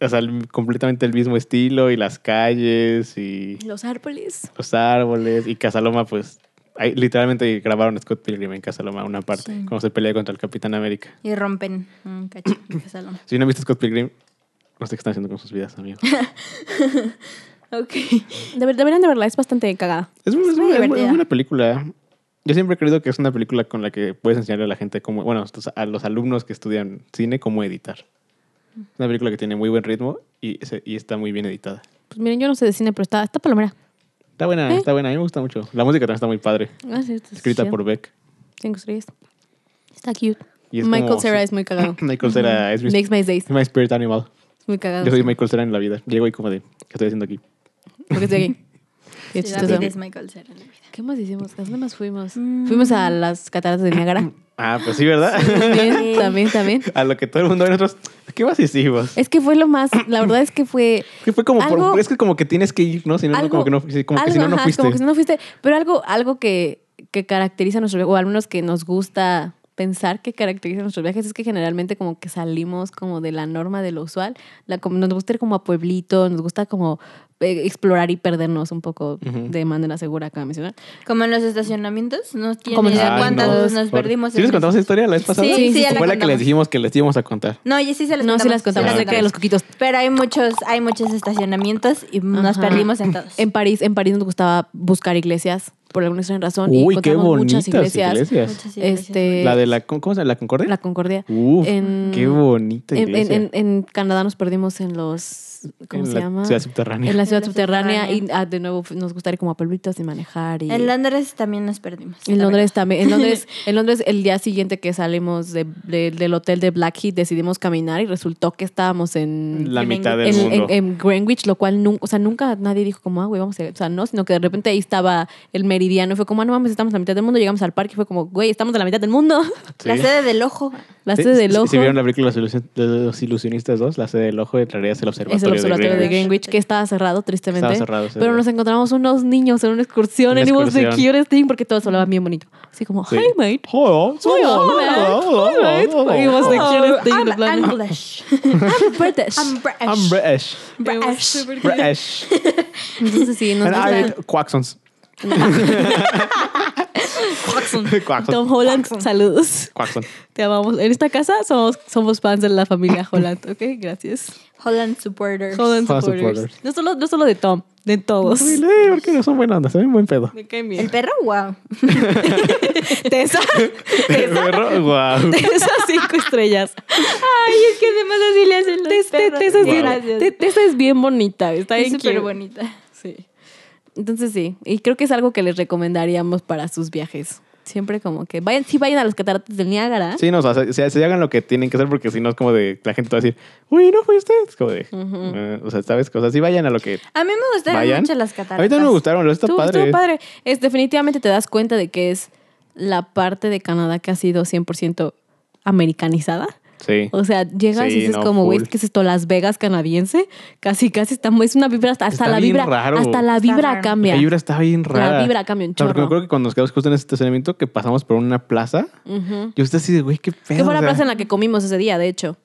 O sea, el- completamente el mismo estilo y las calles y
Los árboles.
los árboles. Y Casa Loma, pues. ahí literalmente grabaron Scott Pilgrim en Casa Loma, una parte,
Sí.
cuando se pelea contra el Capitán América.
Y rompen un cacho de salón.
Si no han visto Scott Pilgrim, no sé qué están haciendo con sus vidas, amigos.
Ok.
Deber- deberían de verla, es bastante cagada.
Es, una-
Es
es
muy
una- es
divertida.
una película. ¿eh? Yo siempre he creído que es una película con la que puedes enseñarle a la gente cómo, bueno, a los alumnos que estudian cine cómo editar. Es una película que tiene muy buen ritmo y, se- y está muy bien editada.
Pues miren, yo no sé de cine, pero está, está palomera.
Está buena,
¿Eh?
está buena, a mí me gusta mucho. La música también está muy padre,
Ah, sí, está
escrita
chido.
por Beck.
Cinco estrellas. Está cute.
Y es
Michael
como-
Cera es muy cagado.
Michael Cera es mi,
Makes my days.
es my spirit animal.
Es muy cagado.
Yo soy Michael Cera en la vida. Llego y como de, ¿qué estoy haciendo aquí?
Porque estoy aquí. Qué
Sí, la
chistoso.
vida es Michael Cera, la vida.
¿Qué más hicimos? ¿A dónde más fuimos?
Mm.
Fuimos a las cataratas de Niágara.
Ah, pues sí, ¿verdad?
También, también, también.
a lo que todo el mundo ve nosotros, ¿qué más hicimos?
Es que fue lo más, la verdad es que fue
Que fue como, por-
Algo-
es que como que tienes que ir, ¿no? Si no, no,
algo-
como que no, sí, como que
algo,
si no, no
ajá,
fuiste.
como que si no fuiste, pero algo, algo que, que caracteriza nuestro viaje, o al menos que nos gusta pensar que caracteriza nuestros viajes, es que generalmente como que salimos como de la norma de lo usual, la, como, nos gusta ir como a pueblito, nos gusta como eh, explorar y perdernos un poco
Ujú.
de manera segura acá en mi ciudad.
Como en los estacionamientos, no tiene
Como en
idea
los-
cuántas
Ay, no.
veces nos
Por-
perdimos.
¿Sí
en
les contamos esa
eso.
historia la vez pasada?
Sí, sí,
sí,
ya la
Fue la que les
contamos.
dijimos que les íbamos a contar.
No, ya sí se las
No,
contamos.
sí las contamos,
sí las
acerca de los coquitos.
Pero hay muchos, hay muchos estacionamientos y nos
Ajá.
perdimos en todos.
En París, en París nos gustaba buscar iglesias, por alguna extraña razón, y
Uy, qué
encontramos
bonitas
muchas
iglesias. ¿eh?
iglesias.
Muchas iglesias.
Este,
La de la, ¿cómo cómo se llama? ¿La Concordia?
la Concordia.
Uf,
en-
qué bonita
En,
iglesia.
en- en- en Canadá nos perdimos en los. ¿Cómo
En
se
la
llama?
ciudad subterránea.
En la
En
ciudad
la
subterránea. Y
subterránea.
ah, de nuevo f- nos gustaría como a pueblitos y manejar. Y...
En Londres también nos perdimos.
En Londres también. En Londres, en Londres, el día siguiente que salimos de- de- del hotel de Blackheath, decidimos caminar y resultó que estábamos en.
La
en-
mitad del
en,
mundo.
en- en Greenwich, lo cual nunca, o sea, nunca nadie dijo como, ah, güey, vamos a ir", o sea, no, sino que de repente ahí estaba el meridiano y fue como, ah, no mames, estamos en la mitad del mundo, llegamos al parque y fue como, güey, estamos en la mitad del mundo.
Sí.
La sede del ojo.
La
Sí,
sede
sí,
del
sí,
ojo.
Si vieron la película Los Ilusion- Los Ilusionistas 2, la sede del ojo, en realidad es el observatorio,
es el observatorio de
Greenwich.
Greenwich que estaba cerrado, tristemente.
Estaba cerrado ese
Pero
día.
nos encontramos unos niños en una excursión
Una
en Ibos de
excursión.
Cure Thing porque todos hablaban bien bonito. Así como,
Sí.
hi mate.
Hola, hola,
Hola,
hola, hola,
hola,
hola.
hola. It was the cutest thing,
Oh, I'm
the plan-
English.
I'm British.
I'm British.
I'm British.
It was
British.
super cute.
British.
Entonces sí, nos
And I
gusta,
eat quacksons.
Quackson.
Quackson.
Tom Holland, saludos.
Quackson.
Te amamos. En esta casa somos, somos fans de la familia Holland, ¿ok? Gracias.
Holland supporters.
Holland
Fan
supporters.
supporters.
No, solo, no solo de Tom, de todos.
Uy, eh, ¿Por qué no son buena onda? Se ven buen pedo.
Me cae
El
bien.
perro, wow.
Tessa,
Perro, guau.
Tessa cinco estrellas.
Ay, es que además así le hacen los
Tessa
perros.
Tessa es, bien,
Gracias.
Te- Tessa es bien bonita. Está
Es
bien
súper
cute.
bonita.
Sí. Entonces sí, y creo que es algo que les recomendaríamos para sus viajes. Siempre como que vayan, sí vayan a los cataratas del Niágara.
Sí, no, o sea, se, se- se hagan lo que tienen que hacer porque si no es como de la gente te va a decir, uy, no fuiste. Es como de, eh, o sea, sabes cosas. Sí, vayan a lo que
A mí me gustaron
vayan.
mucho las
A mí
cataratas.
también me gustaron, los está
Estuvo-
padre.
estuvo padre. Es, definitivamente te das cuenta de que es la parte de Canadá que ha sido 100% americanizada.
Sí.
O sea, llegas
Sí,
y dices
no,
como, güey,
full.
¿qué es esto? Las Vegas canadiense. Casi, casi estamos, es una vibra, hasta
Está
la
bien
vibra,
raro.
hasta la
Está
vibra
raro.
cambia.
La vibra está bien rara.
vibra cambia un
O sea, porque
chorro.
me acuerdo que cuando nos quedamos justo en ese estacionamiento que pasamos por una plaza,
Ujú.
yo estaba así de, güey, qué pedo.
Que fue
o
la
sea,
plaza en la que comimos ese día, de hecho.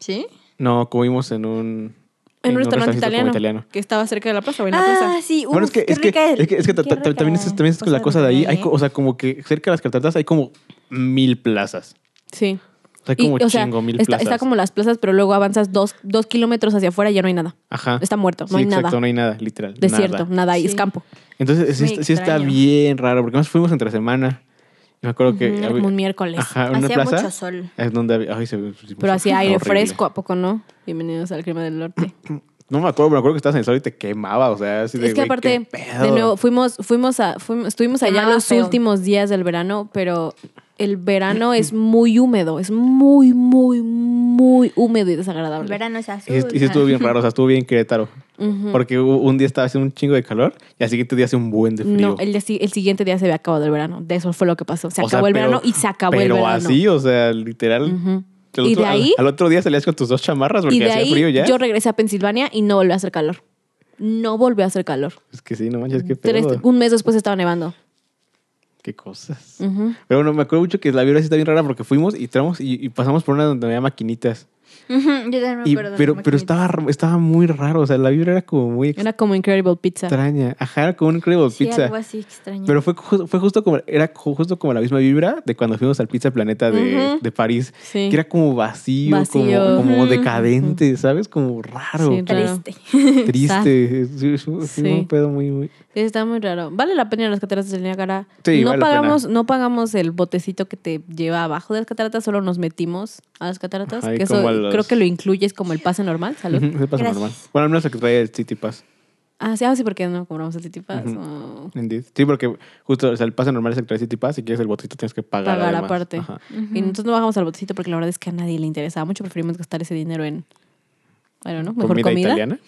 ¿Sí?
No, comimos en un...
En, un restaurante
como
italiano, Que estaba cerca de la plaza, güey, en la
Ah,
plaza.
sí. Uf,
bueno, es que,
qué
es que,
rica
es que, es que ta-
qué
ta-
rica
también es, también es la cosa de ahí. Hay, co- o sea, como que cerca de las cataratas hay como mil plazas.
Sí.
O sea, hay
Y,
como
o sea,
chingo mil
está,
plazas.
está como las plazas, pero luego avanzas dos, dos kilómetros hacia afuera y ya no hay nada.
Ajá.
Está muerto, no
Ah, Sí,
hay
exacto,
nada.
no hay nada, literal.
Desierto,
nada.
nada, ahí, es
Sí.
campo.
Entonces, sí,
Muy
está- sí está
extraño.
bien raro, porque nos fuimos entre semana. Y me acuerdo que...
Ujú, era como un miércoles.
Ajá, una
Hacía
plaza.
mucho sol.
Es donde había... Ay, se ve- se puso
Pero hacía aire
horrible.
fresco, ¿a poco no? Bienvenidos al clima del norte.
No me acuerdo, pero me acuerdo que estabas en el sol y te quemaba, o sea, así de,
es que
"Güey, qué
aparte,
pedo".
de nuevo, fuimos, fuimos a, fuimos- estuvimos allá
Quemaba
los
feo.
últimos días del verano, pero el verano es muy húmedo, es muy, muy, muy húmedo y
El
desagradable.
verano es azul.
Y, sí- y sí estuvo bien raro, o sea, estuvo bien Querétaro. Porque hubo- un día estaba haciendo un chingo de calor y al siguiente día hace un buen de frío.
No, el, día si- el siguiente día se había acabado el verano. De eso fue lo que pasó. Se
O sea,
acabó el
pero-
verano y se acabó el
pero
verano.
así, o sea, literal. al
Y
otro-
de
al-
ahí-
Al, otro día salías con tus dos chamarras porque
y de
hacía
ahí
frío ya.
yo regresé a Pensilvania y no volvió a hacer calor. No volvió a hacer calor.
Es que sí, no manches, qué
Tres-
pedo.
un mes después estaba nevando.
Qué cosas. Pero bueno, me acuerdo mucho que la vibra sí está bien rara porque fuimos y entramos y, y pasamos por una donde había maquinitas.
Ujú, Yo también me
Y-
acuerdo. de
pero
la maquinita.
pero estaba, r- estaba muy raro, o sea, la vibra era como muy
Era como Incredible Pizza.
extraña. Ajá, era como un Incredible
Sí,
Pizza.
algo así extraño.
Pero fue, ju- fue justo como era ju- justo como la misma vibra de cuando fuimos al Pizza Planeta de,
Ujú.
de París,
Sí.
que era como vacío,
Vacío.
como, como
Ujú.
decadente, ¿sabes? Como raro,
Sí, raro.
Triste.
triste, sí, sí, sí,
Sí.
un pedo muy muy
Sí, está muy raro. Vale la pena ir a las cataratas del Niágara.
Sí,
no
vale la
pagamos,
pena.
no pagamos el botecito que te lleva abajo de las cataratas, solo nos metimos a las cataratas.
Ajá, y
que eso
como a los-
creo que lo incluyes como el pase normal, salud.
Ujú, se pasa
Gracias.
normal. Bueno, al menos la que trae el City Pass.
Ah, sí, ah, sí, porque no compramos el City Pass. Oh.
Indeed. Sí, porque justo o sea, el pase normal es el que trae City Pass, si quieres el botito tienes que pagar,
pagar
además.
aparte.
Ajá.
Y nosotros no bajamos al botecito porque la verdad es que a nadie le interesaba mucho. Preferimos gastar ese dinero en, bueno, ¿no? Mejor
Comida,
comida.
italiana,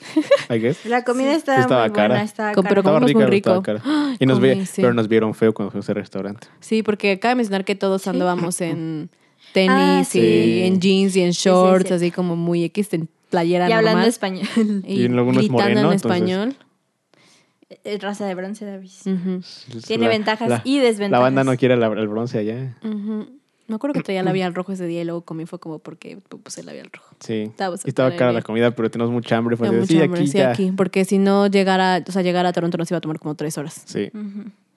I guess.
La comida estaba,
Estaba
muy
cara.
buena. Estaba
Com-
cara.
pero
Estaba
comimos
rica,
muy
pero estaba
rico.
cara.
¡Ay,
Y nos
comí,
ve-
sí.
pero nos vieron feo cuando fuimos al restaurante.
Sí, porque cabe mencionar que todos andábamos en tenis
Ah,
y
sí.
en jeans y en
sí,
shorts,
cierto.
así como muy X, en playera
Y hablando
normal.
español.
y
Y luego uno es
gritando
moreno,
en
entonces-
español.
Eh, Raza de bronce, Davis.
Ujú,
Tiene ventajas y desventajas.
La banda no quiere la- el bronce allá.
ujú. Me acuerdo que traía labial rojo ese día y luego comí fue como porque puse el labial rojo.
Sí.
Estaba
Y estaba
súper
cara la
bien.
comida, pero tenemos mucha hambre. Fue
Tengo
así,
mucha
sí,
hambre,
aquí
sí,
ya.
aquí, porque si no llegara, o sea, llegar a Toronto nos iba a tomar como tres horas.
Sí.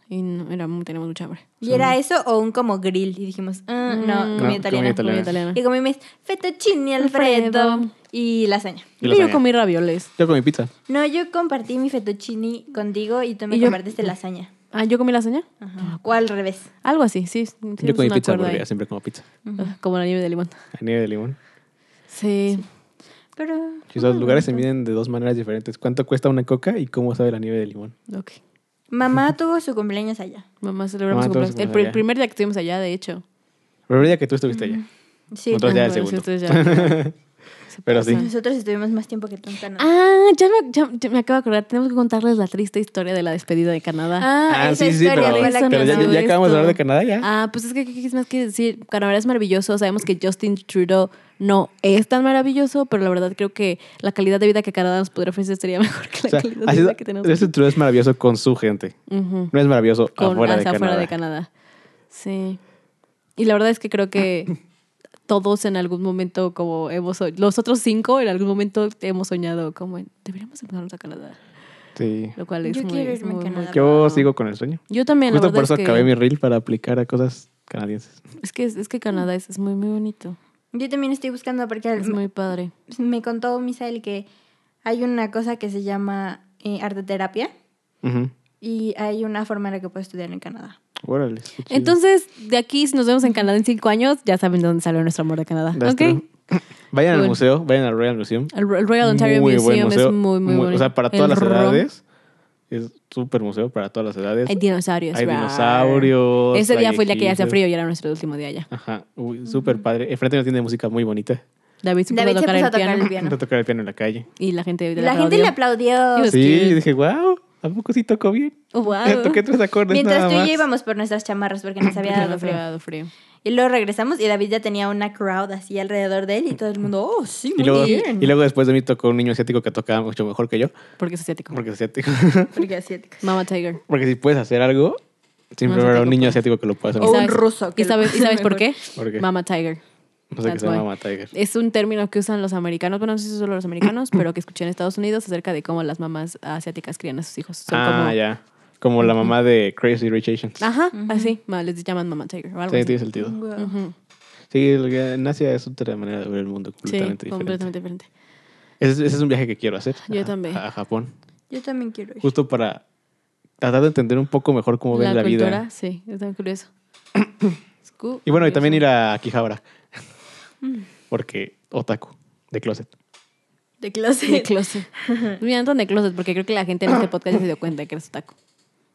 Y no, era, teníamos mucha hambre.
¿Y era eso o un como grill? Y dijimos, ah, no,
Mm.
comida
No,
italiana.
comida italiana.
Comida italiana.
Y comimos fettuccine alfredo
Alfredo.
y lasaña.
Y
Yo
lasaña.
comí ravioles.
Yo comí pizza.
No, yo compartí mi fettuccine contigo y tú me
Y yo-
compartiste lasaña.
Ah, ¿yo comí lasaña?
Ajá. O al revés.
Algo así, sí.
Yo
tuvimos
comí
un
pizza
acuerdo
hamburguesa,
ahí.
siempre como pizza.
Ah, Como la nieve de limón.
A nieve de limón.
Sí.
Pero
Y los lugares se miden de dos maneras diferentes. ¿Cuánto cuesta una coca y cómo sabe la nieve de limón?
Ok.
mamá tuvo su cumpleaños allá.
Mamá celebramos
Mamá,
su
todos
cumpleaños. El
fuimos allá.
pri- primer día que estuvimos allá, de hecho.
Pero el día que tú estuviste allá.
Sí.
Nosotros ya el
Ah, bueno,
segundo.
sí, ustedes Se
Pero sí.
pasan.
Nosotros estuvimos más tiempo que tú en Canadá.
Ah, ya me, ya- ya me acabo de acordar. Tenemos que contarles la triste historia de la despedida de Canadá.
Ah, esa historia
pero,
fue la
que
pero ya,
nos
ya- ya
dio
acabamos de
esto.
hablar de Canadá ya.
Ah, pues es que ¿qué es más que decir? Canadá es maravilloso. Sabemos que Justin Trudeau no es tan maravilloso, pero la verdad creo que la calidad de vida que Canadá nos podría ofrecer sería mejor que la
O sea,
calidad
ha
de
sido-
vida que tenemos.
este tour es maravilloso con su gente.
Ujú.
No es maravilloso
Con- ah,
afuera, de
hacia
Canadá.
Canadá. Sí. Y la verdad es que creo que todos en algún momento, como hemos, so- los otros cinco en algún momento hemos soñado como en, deberíamos mudarnos a Canadá.
Sí.
lo cual es
Yo
muy,
quiero
es
irme a
muy- muy-
Canadá.
Yo sigo con el sueño.
Yo también, la
Justo
verdad
por eso
es que,
acabé mi reel para aplicar a cosas canadienses.
es que es que Canadá es, es muy muy bonito,
Yo también estoy buscando porque
es muy padre.
me contó Misael que hay una cosa que se llama eh, arteterapia
Ujú.
y hay una forma en la que puedes estudiar en Canadá.
Órale. qué chido.
Entonces, de aquí, si nos vemos en Canadá en cinco años, ya saben de dónde salió nuestro amor de Canadá.
That's
¿Ok?
true. Vayan al
Cool.
museo, vayan al Royal Museum.
El Ro- el Royal Ontario
Muy buen
Museum
museo,
es muy, muy bonito.
O sea, para
El
todas las
Rom-
edades. Es súper museo para todas las edades.
Hay dinosaurios.
Hay
rar.
dinosaurios,
Ese
hay
día fue el día que ya hacía
ejidos.
frío y era nuestro último día allá.
Ajá, uy, súper padre. Enfrente hay una tienda de música muy bonita.
David se puso
David
a
se
tocar,
puso
el,
a tocar
piano,
el piano.
Intento tocar el piano en la calle.
y la gente
La gente le aplaudió.
Dios. Pues
sí,
que-
dije, wow, ¿a poco sí tocó bien?
Oh, wow.
Eh,
Toqué tres acordes
Mientras
nada
tú y
más.
yo íbamos por nuestras chamarras porque nos había
Porque
dado
nos había
frío.
dado frío.
Y luego regresamos y David ya tenía una crowd así alrededor de él y todo el mundo, oh, sí,
Y
muy
luego,
bien.
y luego después de mí tocó un niño asiático que tocaba mucho mejor que yo,
Porque es asiático.
porque es asiático.
Porque asiáticos.
Mama Tiger.
porque si puedes hacer algo, siempre
No, asiático
habrá
pues.
un niño
puede.
asiático que lo pueda hacer.
O
¿Y
un
mejor.
sabes-
ruso que
¿Y
lo
sabes,
puede
¿y sabes por
mejor.
qué?
¿Por qué?
Mama Tiger.
No sé qué
That's
se llama
why.
Mama Tiger.
Es un término que usan los americanos, bueno, no sé si solo los americanos, pero que escuché en Estados Unidos acerca de cómo las mamás asiáticas crían a sus hijos. Son
ah,
como-
ya. Como la mamá de Crazy Rich Asians.
Ajá, así. ma- Les llaman Mama Tiger o algo
sí,
así.
tiene sentido.
Wow.
Ujú.
Sí, lo que- en Asia es otra manera de ver el mundo
Sí,
completamente diferente.
completamente diferente.
Ese, ese es un viaje que quiero hacer.
Yo
a-
también.
A, Japón.
Yo también quiero ir.
Justo para tratar de entender un poco mejor cómo ven la
cultura,
vida.
sí, es tan curioso. Es cu-
Y bueno, y
curioso.
también ir a Akihabara.
Mm.
Porque otaku, de closet.
De
De
closet.
closet. Mira, Anton de closet, porque creo que la gente en este podcast ya se dio cuenta de que eres taco.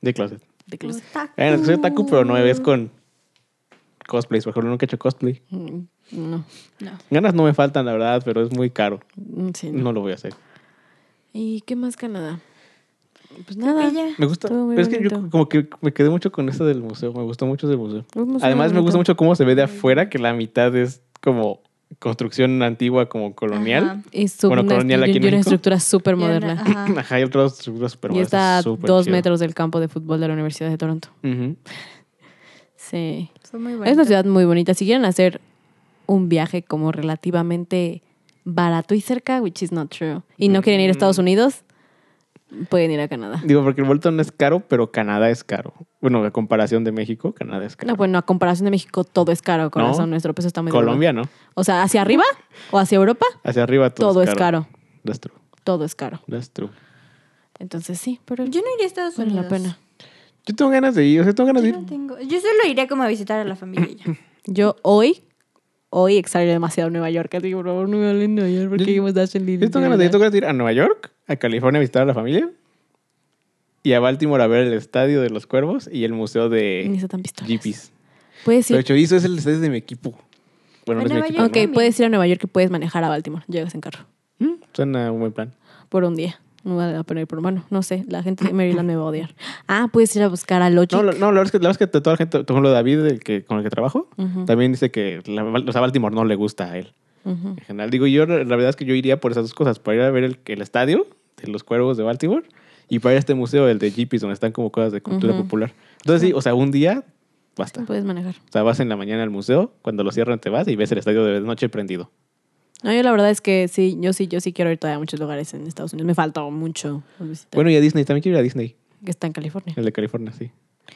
De closet.
De closet.
Otaku.
Eh, no, soy otaku, pero no me ves con cosplays. Por ejemplo, nunca he hecho cosplay.
Mm, No.
No.
Ganas no me faltan, la verdad, pero es muy caro.
Mm, Sí, no.
No lo voy a hacer.
¿Y qué más Canadá? Pues nada.
Ella.
Me gusta.
Estuvo muy
Pero es que yo
bonito.
como que me quedé mucho con esto del museo. Me gustó mucho del museo.
Un museo
Además, me
bonito.
gusta mucho cómo se ve de afuera, que la mitad es como construcción antigua, como colonial.
Ajá.
Y su-
Bueno,
una,
colonial aquí en
y una
México.
estructura súper
Y una-
moderna.
ajá.
Ajá, y otra estructura súper
Y
moderna,
está a
súper
dos
chido.
metros del campo de fútbol de la Universidad de Toronto.
Ujú.
Sí.
Fue muy
Es
bonito.
una ciudad muy bonita. Si quieren hacer un viaje como relativamente barato y cerca, which is not true, y no quieren ir a
Mm.
Estados Unidos, pueden ir a Canadá.
Digo, porque el Bolton no es caro, pero Canadá es caro. Bueno, a comparación de México, Canadá es caro.
No, bueno, a comparación de México, todo es caro, corazón.
No.
Nuestro peso está muy
Colombia, ¿no?
devaluado. O sea, hacia arriba o hacia Europa,
Hacia arriba todo,
todo es caro.
That's true.
Todo es caro.
That's true.
Entonces sí, pero
Yo no iría a Estados
vale
Unidos.
la pena.
Yo tengo ganas de ir, o sea, tengo ganas de
Yo
ir.
no tengo. Yo solo iría como a visitar a la familia y ya.
Yo hoy, hoy extraño demasiado Nueva York. Así que por favor, no me hablen de Nueva York porque
Yo-
vimos Dash and Lily.
Yo tengo ganas de ir, tengo ganas de ir a Nueva York, a California a visitar a la familia y a Baltimore a ver el estadio de los cuervos y el museo
Ni
de
está tan pistolas.
Jeepies.
Puedes
Pero
ir.
chorizo es el estadio de mi equipo. Bueno, no es mi
Nueva
equipo.
York.
Ok,
¿no?
también.
puedes ir a Nueva York y puedes manejar a Baltimore. Llegas en carro.
Mm, Suena un buen plan.
Por un día. No vale la pena ir por mano. No sé, la gente de Maryland me va a odiar. Ah, puedes ir a buscar a Logic.
No, lo- no, la verdad es que, la verdad es que toda la gente, por ejemplo, David, el que, con el que trabajo,
Ujú.
también dice que la, o sea, Baltimore no le gusta a él.
Ujú.
En general, digo, yo la la verdad es que yo iría por esas dos cosas, para ir a ver el, el estadio de los cuervos de Baltimore y para ir a este museo, el de Jeepies, donde están como cosas de cultura
Ujú.
popular. Entonces, sí, o sea, un día, basta.
Puedes manejar.
O sea, vas en la mañana al museo, cuando lo cierran te vas y ves el estadio de noche prendido.
No, yo la verdad es que sí, yo sí, yo sí quiero ir todavía a muchos lugares en Estados Unidos. Me falta mucho por visitar.
Bueno, eh, y a Disney, también quiero ir a Disney,
que está en California.
el de California, sí.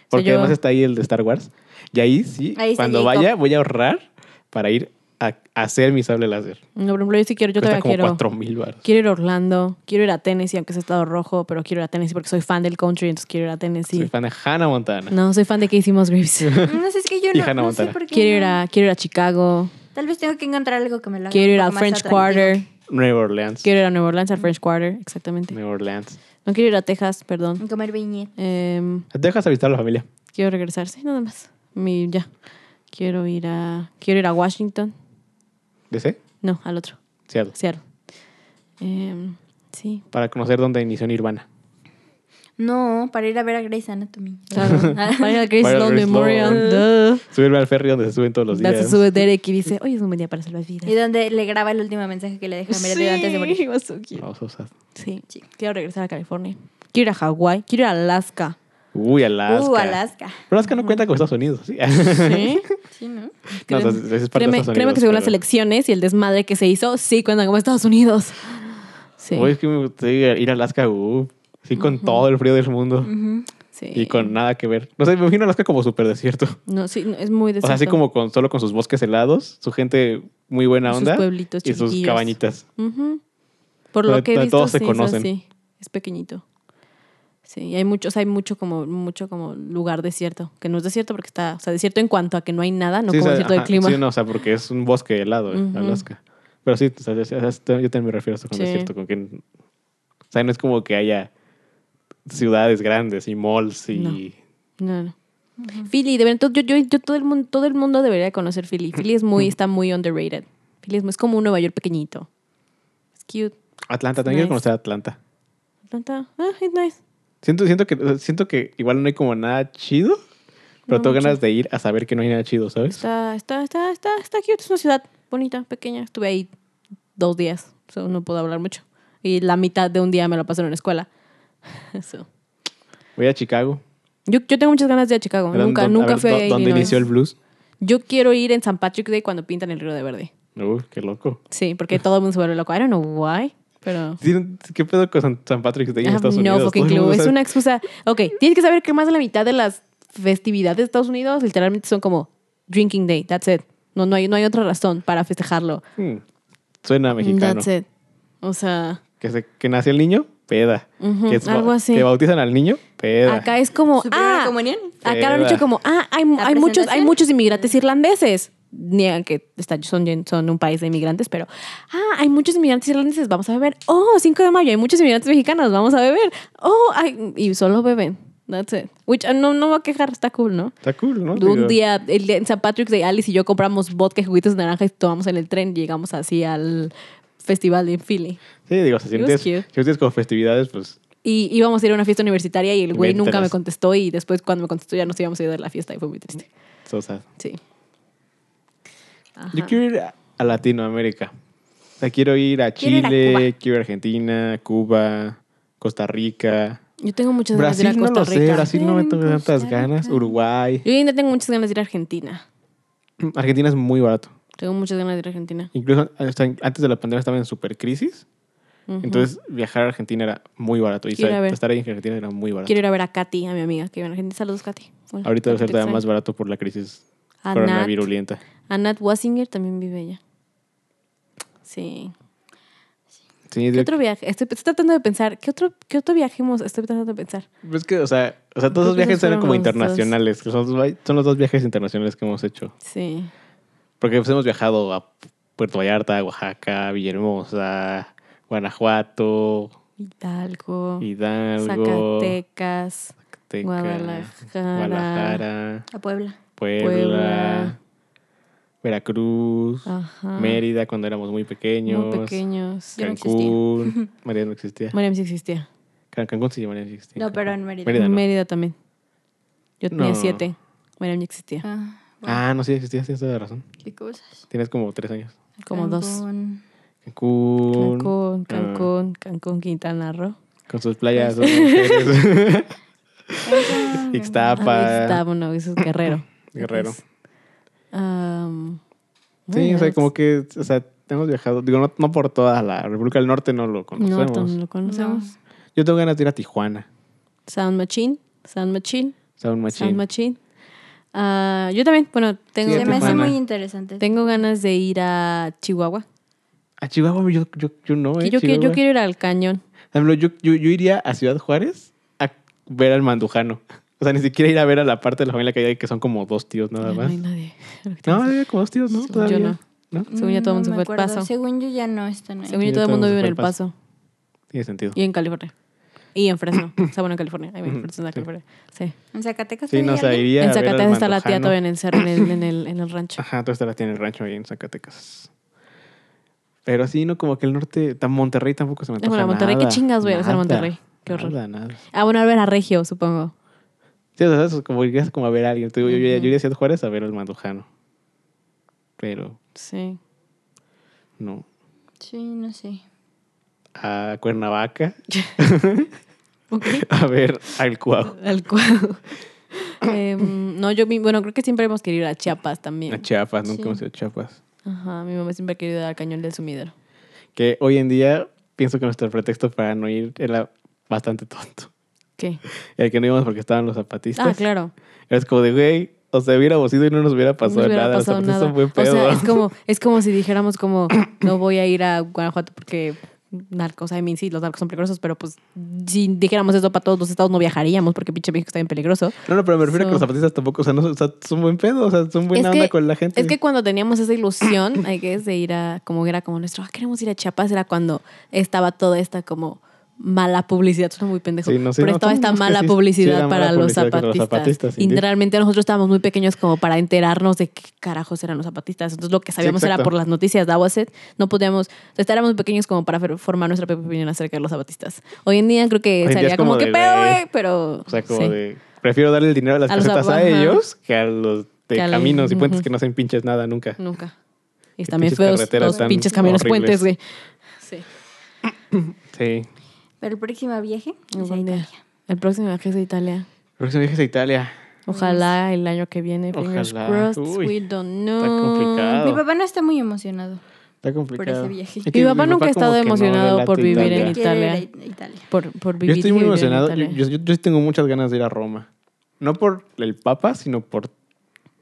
Porque
yo-
además está ahí el de Star Wars. Y ahí sí,
Ahí está
cuando
Jacob.
vaya, voy a ahorrar para ir a a hacer mi sable láser.
No, por ejemplo, yo sí quiero, yo
Cuesta
todavía
como
quiero.
4 mil baros.
Quiero ir a Orlando, quiero ir a Tennessee, aunque es estado rojo, pero quiero ir a Tennessee porque soy fan del country, entonces quiero ir a
Soy
Tennessee.
fan de Hannah Montana.
No, soy fan de que hicimos Graves.
No sé, es que yo
Y
no,
Hannah
no sé
Montana.
por qué.
quiero ir
no.
a, quiero ir a Chicago,
Tal vez tengo que encontrar algo que me lo haga.
quiero
un
ir
poco
al
más
French
atractivo.
Quarter,
Nueva Orleans.
quiero ir a Nueva Orleans, al French Quarter, exactamente.
Nueva Orleans.
No quiero ir a Texas, perdón.
Comer viñe.
Em,
Dejas a visitar a la familia.
quiero regresar, sí, nada más. Mi, ya. Quiero ir a, quiero ir a Washington.
¿DC?
No, al otro,
Seattle.
Seattle. Em, sí,
Para conocer dónde inició Nirvana.
No, para ir a ver a Grey's Anatomy.
claro. Para ir al Grace
Para ir al
Sloan
Grace
Memorial. duh.
Subirme al ferry donde se suben todos los
Ya
días.
se sube Derek y dice, hoy es un buen día para salvar vidas.
Y donde le graba el último mensaje que le deja a Meredith antes de morir.
was so cute.
No, so sad.
Sí.
Sí.
Quiero regresar a California. Quiero ir a Hawái. Quiero ir a Alaska.
Uy, Alaska.
Uh, Alaska.
Pero Alaska no cuenta con Estados Unidos. ¿sí?
¿Sí?
Sí, ¿no?
No,
Créeme,
o sea, es- es parte de
créeme-
Estados
créeme
Unidos,
que según las
pero-
elecciones y el desmadre que se hizo, sí cuentan como Estados Unidos. Sí.
Uy, es que me gustaría ir a Alaska. uh, Así con todo el frío del mundo
Ujú.
Sí.
y con nada que ver. No sé, me imagino Alaska como súper desierto.
No, sí, no, es muy
O sea, así
desierto.
como con solo con sus bosques helados, su gente muy buena
Sus
onda
pueblitos
y sus
chiquitillos.
cabañitas.
Ujú. Por
Donde-
lo que he
donde
visto,
todos se
sí, es
conocen.
así. Es pequeñito. Sí, y hay muchos, hay mucho como, mucho como lugar desierto, que no es desierto porque está, o sea, desierto en cuanto a que no hay nada, no
Sí, o
como
sea,
desierto de
ajá,
clima.
Sí, no, o sea, porque es un bosque helado, eh,
Ujú.
Alaska. Pero sí, o sea, o sea, yo también me refiero a eso con
Sí.
desierto, con que... O sea, no es como que haya ciudades grandes y malls y...
No, no. Philly, de verdad, to- yo, yo, yo todo el mundo, todo el mundo debería conocer Philly.
Mm.
Philly es muy, está muy underrated. Philly es, muy- es como un Nueva York pequeñito. Es cute.
Atlanta,
It's
también quiero
nice.
conocer Atlanta.
Atlanta, ah, it's nice.
Siento, siento, que, siento que igual no hay como nada chido, pero
No
tengo
mucho.
ganas de ir a saber que no hay nada chido, ¿sabes?
Está, está, está, está, está cute. Es una ciudad bonita, pequeña. Estuve ahí dos días, so no puedo hablar mucho. Y la mitad de un día me la pasaron en la escuela. So,
Voy a Chicago.
Yo, yo tengo muchas ganas de ir a Chicago.
Era
Nunca,
don- a
nunca
ver,
fui
do-
ahí.
¿Dónde
ni una
inició
vez.
el blues?
Yo quiero ir en San Patrick Day cuando pintan el Río de Verde.
Uy, qué loco.
Sí, porque todo el mundo se vuelve loco. I don't know why, pero...
Sí, ¿Qué pedo con San, San Patrick's Day
I
en
have
Estados
Ah, no
Unidos?
fucking
Todo el
clue.
mundo
Es
sabe-
una excusa. Ok, tienes que saber que más de la mitad de las festividades de Estados Unidos literalmente son como drinking day. That's it. No, no, hay, no hay otra razón para festejarlo.
Hmm, Suena mexicano.
That's it. O sea,
Que, se, que nace el niño, peda.
Ujú,
que, es-
algo así.
que bautizan al niño, peda.
acá es como.
¿Su primera
Ah,
comunión?
acá lo han
Peda.
dicho como. Ah, hay,
¿La
hay muchos, hay
presentación?
muchos inmigrantes irlandeses. Niegan que están- son, son un país de inmigrantes, pero. Ah, hay muchos inmigrantes irlandeses. Vamos a beber. Oh, 5 de mayo. Hay muchos inmigrantes mexicanos. Vamos a beber. Oh, hay- y solo beben. That's it. Which ah, no, no me voy a quejar. Está cool, ¿no?
Está cool, ¿no?
De un
Digo,
día, el día en San Patrick's Day, Alice y yo compramos vodka, y juguitos de naranja y tomamos en el tren. y Llegamos así al festival de Philly.
Sí, digo,
It
si
was
sientes, si
cute.
sientes con festividades, pues
Y íbamos a ir a una fiesta universitaria y el güey nunca me
Véntelas.
contestó. Y después, cuando me contestó, ya nos íbamos a ir de la fiesta y fue muy triste.
o sea,
Sí. Ajá.
Yo quiero ir a, a Latinoamérica. O sea, quiero ir a
Quiero
Chile,
ir a
quiero ir
Cuba.
a, Argentina, Cuba, Costa Rica.
Yo tengo muchas ganas de
Brasil
ir a
no
Costa
lo sé,
Rica.
Brasil no me tengo
Costa
tantas
Rica.
ganas. Uruguay.
Yo ainda tengo muchas ganas de ir a Argentina.
Argentina es muy barato.
Tengo muchas ganas de ir a Argentina.
Incluso hasta antes de la pandemia estaba en supercrisis. Entonces viajar a Argentina era muy barato. Y
Quiero ir a
sa-
ver.
estar ahí en Argentina era muy barato.
Quiero ir a ver a Katy, a mi amiga que vive en Argentina. Saludos, Katy. Hola.
Ahorita debe
Espero
ser
que
todavía
te
más barato por la crisis
A Nat.
coronavirulenta.
extrañe. A Nat Wassinger también vive ella. Sí.
Sí,
¿Qué
de-
otro viaje? Estoy, estoy tratando de pensar. ¿Qué otro, qué otro viaje hemos? Estoy tratando de pensar.
es que, o sea, o sea,
Creo
todos los
que esos
viajes eran
fueron
como
los dos.
internacionales. que Son, los- son los dos viajes internacionales que hemos hecho.
Sí.
Porque pues, hemos viajado a Puerto Vallarta, Oaxaca, Villahermosa, Guanajuato,
Hidalgo.
Hidalgo,
Zacatecas.
Zacatecas,
Guadalajara,
Guadalajara,
A Puebla.
Puebla,
Puebla.
Veracruz,
Ajá.
Mérida cuando éramos muy pequeños,
Muy pequeños.
Yo no existía.
Cancún, Mérida no existía.
Mariam sí existía.
Can- Cancún sí, Mérida no existía.
No,
Cancún.
pero en Mérida.
Mérida no.
Mérida también. Yo tenía
No.
siete. Mariam ya existía.
Ah, bueno,
Ah, no, sí existía, tienes toda la razón.
¿Qué cosas?
Tienes como tres años.
Como dos.
Cancún.
Cancún.
Cancún,
ah,
Cancún, Cancún, Quintana Roo.
con sus playas. sus mujeres.
Cancún.
Ixtapa.
Estaba uno, eso es Guerrero.
Guerrero.
Entonces, am,
Sí,
bueno,
o sea, como que, o sea, hemos viajado, digo, no, no por toda la República del Norte no lo
no,
conocemos.
no lo conocemos.
Yo tengo ganas de ir a Tijuana,
Sound Machine, Sound Machine,
Sound Machine.
Sound Machine. Ah, yo también, bueno, tengo,
Sí,
Se me hace
Tijuana.
muy interesante.
tengo ganas de ir a Chihuahua.
A Chihuahua yo, yo, yo no, eh,
yo, quiero, yo
Chihuahua.
quiero ir al cañón.
Por ejemplo, Yo, yo, yo iría a Ciudad Juárez a ver al mandujano. O sea, ni siquiera ir a ver a la parte de la familia que hay, que son como dos tíos nada
No
más.
hay nadie.
No, había como dos tíos, ¿no?
Yo
Todavía.
no.
¿No?
Según ya todo el mundo se
Mm, me
fue al
acuerdo.
Paso.
Según yo ya no están ahí.
Según yo,
Sí,
todo el
todo
mundo
se
vive en
fue
el
al Paso.
paso.
Tiene sentido.
Y en California. Y en Fresno. o sea, bueno, en California. I mean, Fresno, California. Sí.
En Zacatecas.
Sí,
también
no, o
hay
sea,
alguien.
iría a
en
ver al
Zacatecas está la tía
mandujano.
todavía en el cerro, en el, en el, en el rancho.
Ajá, toda esta la tiene el rancho ahí en Zacatecas. Pero sí, no como que el norte, tan Monterrey tampoco se me antoja
Bueno, Monterrey, ¿qué
nada,
chingas voy a hacer a
nada,
Monterrey? Qué horror.
Nada, nada.
Ah, bueno, a ver a Regio, supongo.
Sí, o sea, eso es como irías como a ver a alguien. Te digo, Yo, yo- yo iría a Ciudad Juárez a ver al mandujano. Pero
Sí.
no.
Sí, no sé.
A Cuernavaca
Ok.
a ver al Cuau.
Al cual. Em, no, yo, mi- bueno, creo que siempre hemos querido ir a Chiapas
A
también.
Chiapas, nunca
Sí.
hemos ido a Chiapas.
Ajá, mi mamá siempre ha querido ir al cañón del sumidero.
Que hoy en día pienso que nuestro pretexto para no ir era bastante tonto.
¿Qué?
El que no íbamos porque estaban los zapatistas.
Ah, claro.
Es como de, güey, o sea, hubiéramos ido y no nos hubiera pasado
no hubiera
nada. pues
pasado
los zapatistas son buen
O
pedo.
sea, es como, es como si dijéramos como, no voy a ir a Guanajuato porque narcos, I mean, sí, los narcos son peligrosos, pero pues si dijéramos eso para todos los estados no viajaríamos porque pinche México está bien peligroso.
No, no, pero me refiero a que
So-
los zapatistas tampoco, o sea, no, o sea, son buen pedo, o sea, son buena
Es
onda
que-
con la gente.
Es que cuando teníamos esa ilusión, hay que de ir a, como era como nuestro, ah, queremos ir a Chiapas, era cuando estaba toda esta como mala publicidad, suena muy pendejo,
Sí, no, sí,
pero
no,
estaba esta
somos que
mala
sí, sí
publicidad
era mala
para los
publicidad contra los
zapatistas.
zapatistas,
y
indeed.
realmente nosotros estábamos muy pequeños como para enterarnos de qué carajos eran los zapatistas, entonces lo que sabíamos era
exacto.
por las noticias, that was it. no podíamos, o sea, estábamos muy pequeños como para fer- formar nuestra propia opinión acerca de los zapatistas. Hoy en día creo que
en día
sería
es como
como, que
de,
pedo,
güey".
güey, pero...
O sea, como
sí.
de, prefiero darle el dinero a las
A los
casetas a
ajá.
ellos que a los de
Que a la-
caminos y puentes
ujú.
que no hacen pinches nada nunca.
Nunca. Y
Qué
están bien
pinches
feos
carreteras
los
tan
pinches camiones puentes,
horribles.
güey. Sí.
Sí.
Pero el próximo viaje es a
Algún día.
Italia.
El próximo viaje es a Italia.
Próximo viaje es a Italia.
Ojalá el año que viene. Fingers
Ojalá.
crossed.
Uy,
we don't know.
Está complicado.
Mi papá no está muy emocionado.
Está complicado.
Por ese viaje.
Es que
Mi papá nunca ha
como
estado
que no le
emocionado
late
por vivir en
Italia.
Italia.
Quiere ir a Italia.
Por, por
Yo
vivir
estoy
y
muy
vivir en
emocionado. Yo,
Italia.
yo, yo sí tengo muchas ganas de ir a Roma. No por el Papa, sino por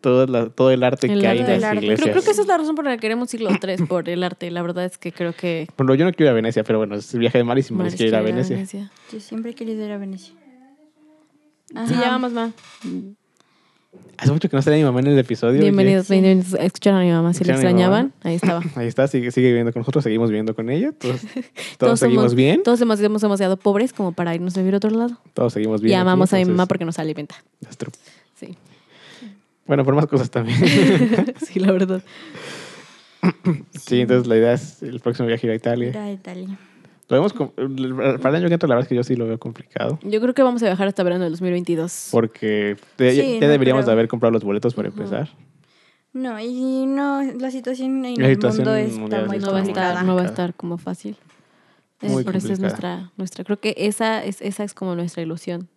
todo, la- todo el arte
El
que hay
arte.
en
El
las
arte.
iglesias.
Creo, creo que esa es la razón por la que queremos ir los tres, por el arte. La verdad es que creo que...
Bueno, yo no quiero ir a Venecia, pero bueno, es el viaje de Maris y Maris
Maris
quiere ir a
quiere ir
Venecia.
Yo siempre he querido ir a Venecia.
Sí,
Ajá.
ya vamos, ma.
Hace mucho que no sale mi mamá en el episodio. oye.
Bienvenidos, bienvenidos. Escucharon a mi mamá. Si la
Escucharon a mi mamá.
extrañaban, ahí estaba.
Ahí está, sigue, sigue viviendo con nosotros, seguimos viviendo con ella. Todos, todos seguimos
somos,
bien.
Todos hemos hemos demasiado pobres como para irnos a vivir a otro lado.
Todos seguimos
Y
bien. aquí,
amamos a mi mamá
entonces,
porque nos alimenta.
that's true.
Sí.
Bueno, por más cosas también.
sí, la verdad.
sí, entonces la idea es el próximo viaje ir a
Ir
Italia.
a Italia.
Lo vemos com- para el año que entra, la verdad es que yo sí lo veo complicado.
Yo creo que vamos a viajar hasta verano del 2022.
Porque ya, ya-
Sí,
ya
no
deberíamos
creo.
de haber comprado los boletos para
Ajá.
empezar.
No, y no, la situación en
La
el
situación
mundo está
mundial
muy
está
no va a estar,
complicada.
no va a
complicada.
estar como fácil.
Muy
Eh, Por eso es
complicada.
nuestra, nuestra, creo que esa es, esa es como nuestra ilusión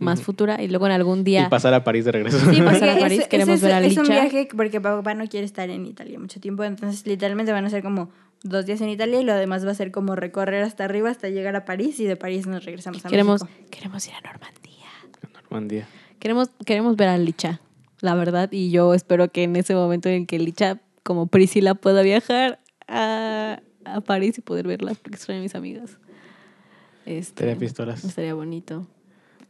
más futura. Y luego en algún día
Y pasar a París de regreso.
Sí,
porque
pasar a París,
es-
queremos
es,
ver a
es un
Licha.
viaje porque papá no quiere estar en Italia mucho tiempo, entonces literalmente van a ser como dos días en Italia y lo demás va a ser como recorrer hasta arriba hasta llegar a París y de París nos regresamos a
queremos,
México.
queremos ir a Normandía.
Normandía.
Queremos, queremos ver a Licha, la verdad. Y yo espero que en ese momento en que Licha, como Priscila, pueda viajar a, a París y poder verla, porque extraño a mis amigas. Este,
Estaría pistolas.
Estaría bonito.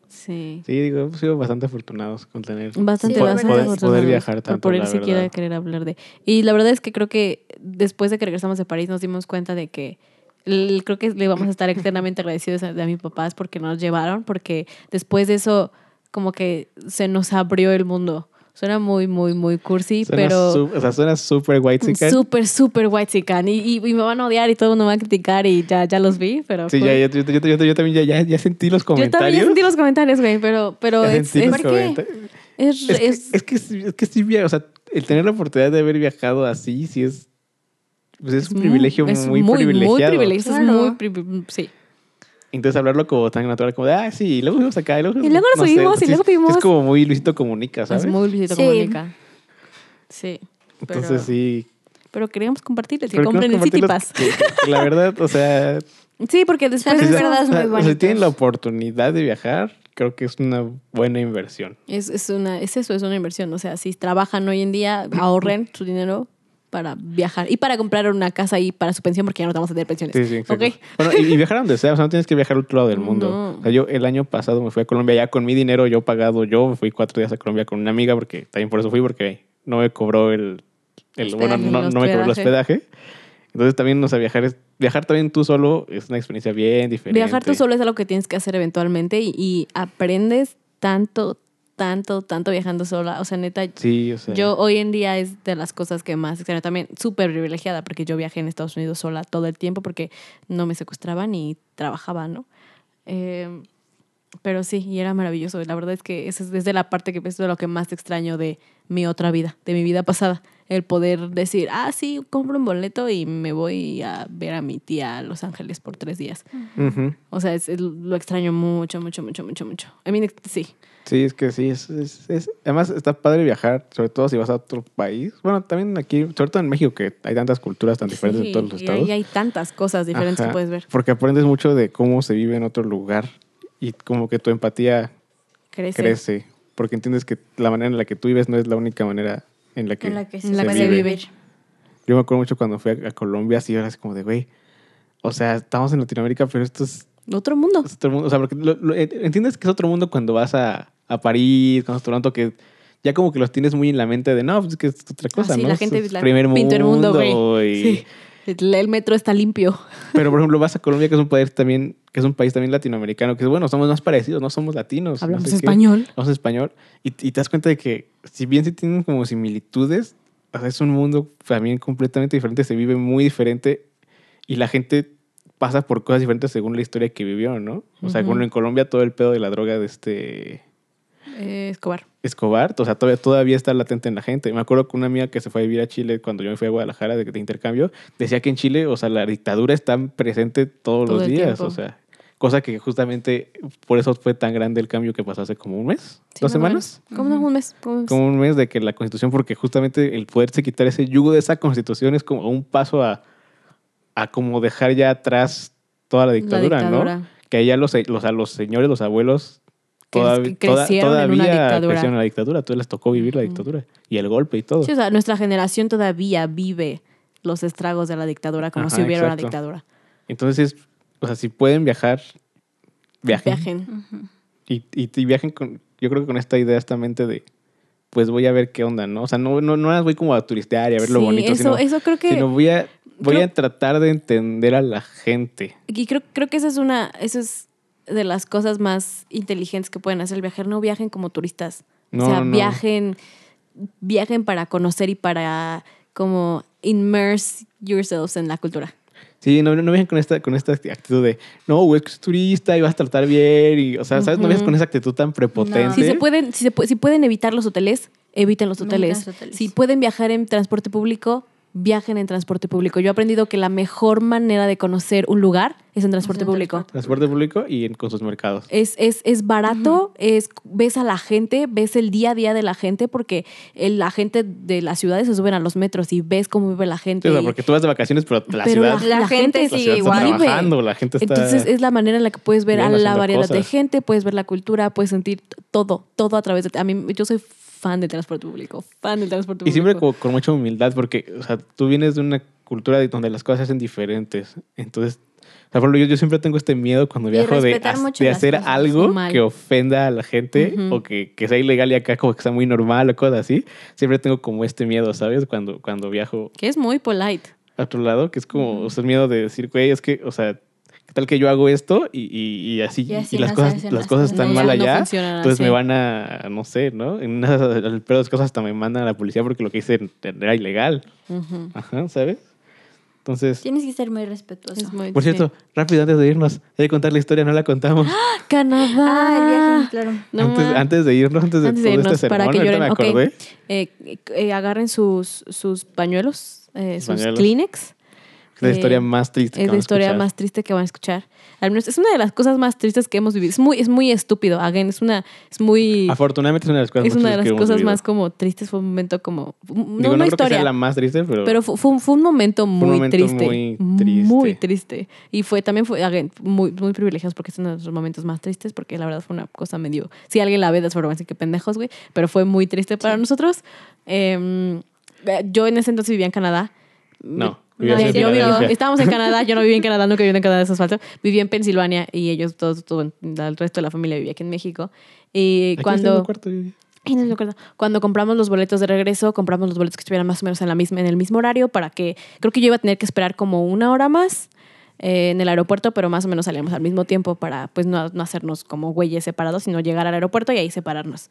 Sí.
Sí, digo, hemos sido bastante afortunados con tener.
Bastante,
Sí,
po-
bastante.
poder,
afortunados
poder viajar tanto.
Por
la
él siquiera
verdad.
querer hablar de. Y la verdad es que creo que después de que regresamos de París nos dimos cuenta de que. el- Creo que le vamos a estar eternamente agradecidos a, de a mis papás porque nos llevaron, porque después de eso, como que se nos abrió el mundo. Suena muy, muy, muy cursi,
Suena
pero.
su- o sea, suena súper white chicken.
Súper, súper white Y, y, y me van a odiar y todo el mundo me va a criticar y ya, ya los vi, pero.
Sí,
cool.
ya, ya- yo, yo- yo- yo también ya, ya- ya sentí los
Yo
comentarios.
también sentí los comentarios, güey, pero, pero
Ya
es,
sentí los
es-
comentarios.
es-
Es que,
es-
es, que, sí- es que sí, via- o sea, el tener la oportunidad de haber viajado así, sí es. Pues es, un
muy-
privilegio
Mm, es
muy, privilegiado.
Muy privilegiado.
Claro.
Es muy privi- mm, sí.
Entonces hablarlo como tan natural, como de, ah, sí, y luego fuimos acá, y luego,
Y luego nos
sé,
subimos, y
sí es-
luego
sí
vimos.
Es como muy Luisito Comunica, ¿sabes?
Es muy Luisito
Sí.
Comunica. Sí. Pero,
Entonces sí.
pero queríamos compartirles que
pero
compren el
queremos
City
compartirlos
Pass.
que- que- que la verdad, o sea,
Sí, porque después
Pero
de
es
si-
eso-
verdad, es muy
o sea, si
bonito.
tienen la oportunidad de viajar, creo que es una buena inversión.
es, es una, es eso, es una inversión. O sea, si trabajan hoy en día, ahorren su dinero para viajar y para comprar una casa y para su pensión, porque ya no te vamos a tener pensiones.
Sí, sí, exacto.
Ok.
Bueno, y, y viajar a donde sea, o sea, no tienes que viajar al otro lado del mundo.
No.
O sea, yo el año pasado me fui a Colombia ya con mi dinero, yo pagado, yo me fui cuatro días a Colombia con una amiga, porque también por eso fui, porque no me cobró el, el bueno,
Hospedaje,
no,
el
no me cobró el
hospedaje.
hospedaje. Entonces también, o sea, viajar es, viajar también tú solo es una experiencia bien diferente.
Viajar tú solo es algo que tienes que hacer eventualmente y, y aprendes tanto, tanto, tanto viajando sola. O sea, neta,
Sí, o sea.
Yo hoy en día es de las cosas que más extraño. También súper privilegiada porque yo viajé en Estados Unidos sola todo el tiempo porque no me secuestraban y trabajaba, ¿no? Eh, Pero sí, y era maravilloso. La verdad es que esa es desde la parte que es de lo que más extraño de mi otra vida, de mi vida pasada. El poder decir, ah, sí, compro un boleto y me voy a ver a mi tía a Los Ángeles por tres días.
Mm. Ujú.
O sea, es- es- lo extraño mucho, mucho, mucho, mucho, mucho. I mean, sí.
Sí, es que sí, es, es- es- además está padre viajar, sobre todo si vas a otro país. Bueno, también aquí, sobre todo en México, que hay tantas culturas tan diferentes
Sí,
en todos los
y ahí
estados.
hay tantas cosas diferentes
Ajá,
que puedes ver.
Porque aprendes mucho de cómo se vive en otro lugar y como que tu empatía
Crece.
crece, porque entiendes que la manera en la que tú vives no es la única manera en la que,
En la que se,
En la
puede
que se vive.
vivir.
Yo me acuerdo mucho cuando fui a, a Colombia, así era así como de, güey, o sea, estamos en Latinoamérica, pero esto es,
Otro mundo.
es otro mundo. O sea, porque lo- lo- entiendes que es otro mundo cuando vas a, a París, cuando vas a Toronto, que ya como que los tienes muy en la mente de, no, pues es que es otra cosa,
Así
¿no?
Ah, la
Es-
gente
es
la-
primer
pintó el mundo, güey.
y-
Sí. El, el metro está limpio.
Pero, por ejemplo, vas a Colombia, que es un país también, que es un país también latinoamericano, que es bueno, somos más parecidos, no somos latinos. Pues, no
Hablamos
sé qué.
español.
Hablamos español. Y, y te das cuenta de que, si bien sí tienen como similitudes, o sea, es un mundo también completamente diferente, se vive muy diferente y la gente pasa por cosas diferentes según la historia que vivió, ¿no? O sea,
Ujú.
bueno, en Colombia todo el pedo de la droga de este
Eh, Escobar.
Escobar, o sea, todavía, todavía está latente en la gente. Me acuerdo que una amiga que se fue a vivir a Chile cuando yo me fui a Guadalajara de, de intercambio, decía que en Chile, o sea, la dictadura está presente todos
Todo
los
el
días,
tiempo.
o sea, cosa que justamente por eso fue tan grande el cambio que pasó hace como un mes,
Sí,
dos
más o
semanas,
menos. ¿Cómo no? Un mes. ¿Cómo un mes?
como un mes de que la constitución, porque justamente el poderse quitar ese yugo de esa constitución es como un paso a, a como dejar ya atrás toda la dictadura,
dictadura.
¿no? Que ahí ya los, los, a los señores, los abuelos
Que
todav-
es- que
toda-
crecieron en una
todavía
dictadura.
crecieron en la dictadura. Todavía les tocó vivir la
Ujú.
dictadura y el golpe y todo.
Sí, o sea, nuestra generación todavía vive los estragos de la dictadura como
Ajá,
si hubiera una
exacto.
dictadura.
Entonces, o sea, si pueden viajar, viajen.
Viajen.
Ujú.
Y, y, y viajen con, yo creo que con esta idea, esta mente de, pues voy a ver qué onda, ¿no? O sea, no, no, no las voy como a turistear y a ver lo
Sí,
bonito,
eso,
sino,
eso creo que...
sino voy a, voy
creo-
a tratar de entender a la gente.
Y creo, creo que esa es una, eso es de las cosas más inteligentes que pueden hacer el viajar. No viajen como turistas.
No,
o sea,
no, no.
viajen, viajen para conocer y para como immerse yourselves en la cultura.
Sí, no, no, no viajen con esta, con esta actitud de, no, güey, es que es turista y vas a tratar bien. Y, o sea, ¿sabes? No
Ujú.
viajes con esa actitud tan prepotente.
No.
Si se pueden, si, se pu- si pueden evitar los hoteles, eviten los
No
hoteles.
evitan los hoteles.
Si pueden viajar en transporte público, viajen en transporte público. Yo he aprendido que la mejor manera de conocer un lugar es en transporte
en
público.
transporte.
Transporte público y en- con sus mercados.
Es, es, es barato, es, ves a la gente, ves el día a día de la gente, porque el- la gente de las ciudades se suben a los metros y ves cómo vive la gente.
Sí, o sea,
y-
porque tú vas de vacaciones, pero la
pero
ciudad,
la, la
La
gente,
gente
la
sigue
ciudad está
igual.
trabajando, la gente está...
Entonces es la manera en la que puedes ver a
viviendo
la
haciendo
variedad de
cosas.
gente, puedes ver la cultura, puedes sentir t- todo, todo a través de... A mí, yo soy fan del transporte público, fan del transporte
y
público.
siempre como con mucha humildad, porque, o sea, tú vienes de una cultura de- donde las cosas se hacen diferentes. Entonces, o sea, por ejemplo, yo, yo siempre tengo este miedo cuando
Y
viajo de,
respetar
ha-
mucho
de
las
hacer
cosas.
algo
Mal.
que ofenda a la gente
Ujú.
o que, que sea ilegal y acá como que sea muy normal o cosas así. Siempre tengo como este miedo, ¿sabes? Cuando, cuando viajo
Que es muy polite.
a otro lado, que es como o sea, el miedo de decir, güey, es que, o sea, ¿qué tal que yo hago esto y, y- y así,
Y así
y las,
no
cosas,
se hacen
las
las
cosas
cosas.
están
No,
mal
no
allá?
funcionan
entonces me
así.
van a, no sé, ¿no? En una, de esas, el peor de las cosas hasta me mandan a la policía porque lo que hice era ilegal.
Ujú.
Ajá, ¿sabes? Entonces,
Tienes que ser muy respetuoso.
Es muy-
por cierto,
sí.
rápido antes de irnos, hay que contar la historia, no la contamos.
Canadá.
Ah, el viaje, claro.
No
antes,
manches.
antes de irnos, antes de
Antes de
todo
irnos,
este sermón,
para que
ahorita me
lloren. ok.
acordé.
Eh, eh, agarren sus, sus pañuelos, eh,
Sus
sus
pañuelos.
Kleenex.
Es la
Eh,
historia más triste que
Es
van
la
a
historia
escuchar.
más triste que van a escuchar. Al menos es una de las cosas más tristes que hemos vivido. Es muy, es muy estúpido. Again, es una, es muy,
Afortunadamente es una de las cosas
es
más
una de
tristes
las
que hemos
cosas
vivido.
más como tristes. Fue un momento como, no
Digo, no
una
creo que
historia,
sea la más triste, pero...
pero fu- fue, un- fue un momento muy
momento
triste,
muy
muy
triste.
triste. Y fue también fue again, muy, muy privilegiados porque es uno de los momentos más tristes porque la verdad fue una cosa medio, si alguien la ve de forma así que pendejos, güey, pero fue muy triste para nosotros. Eh, yo en ese entonces vivía en Canadá.
no,
No,
vivías en
yo
Yo
vivo-
Filadelfia.
vivo- estábamos en Canadá, yo no vivía en Canadá, nunca viví en Canadá, eso es falso. Viví en Pensilvania y ellos todos, todo- el resto de la familia vivía aquí en México. Y
Aquí está mi
cuando,
cuarto, Vivi.
Ay, no me acuerdo. cuando compramos los boletos de regreso, compramos los boletos que estuvieran más o menos en, la misma, en el mismo horario para que, creo que yo iba a tener que esperar como una hora más eh, en el aeropuerto, pero más o menos salíamos al mismo tiempo para pues no, no hacernos como güeyes separados, sino llegar al aeropuerto y ahí separarnos.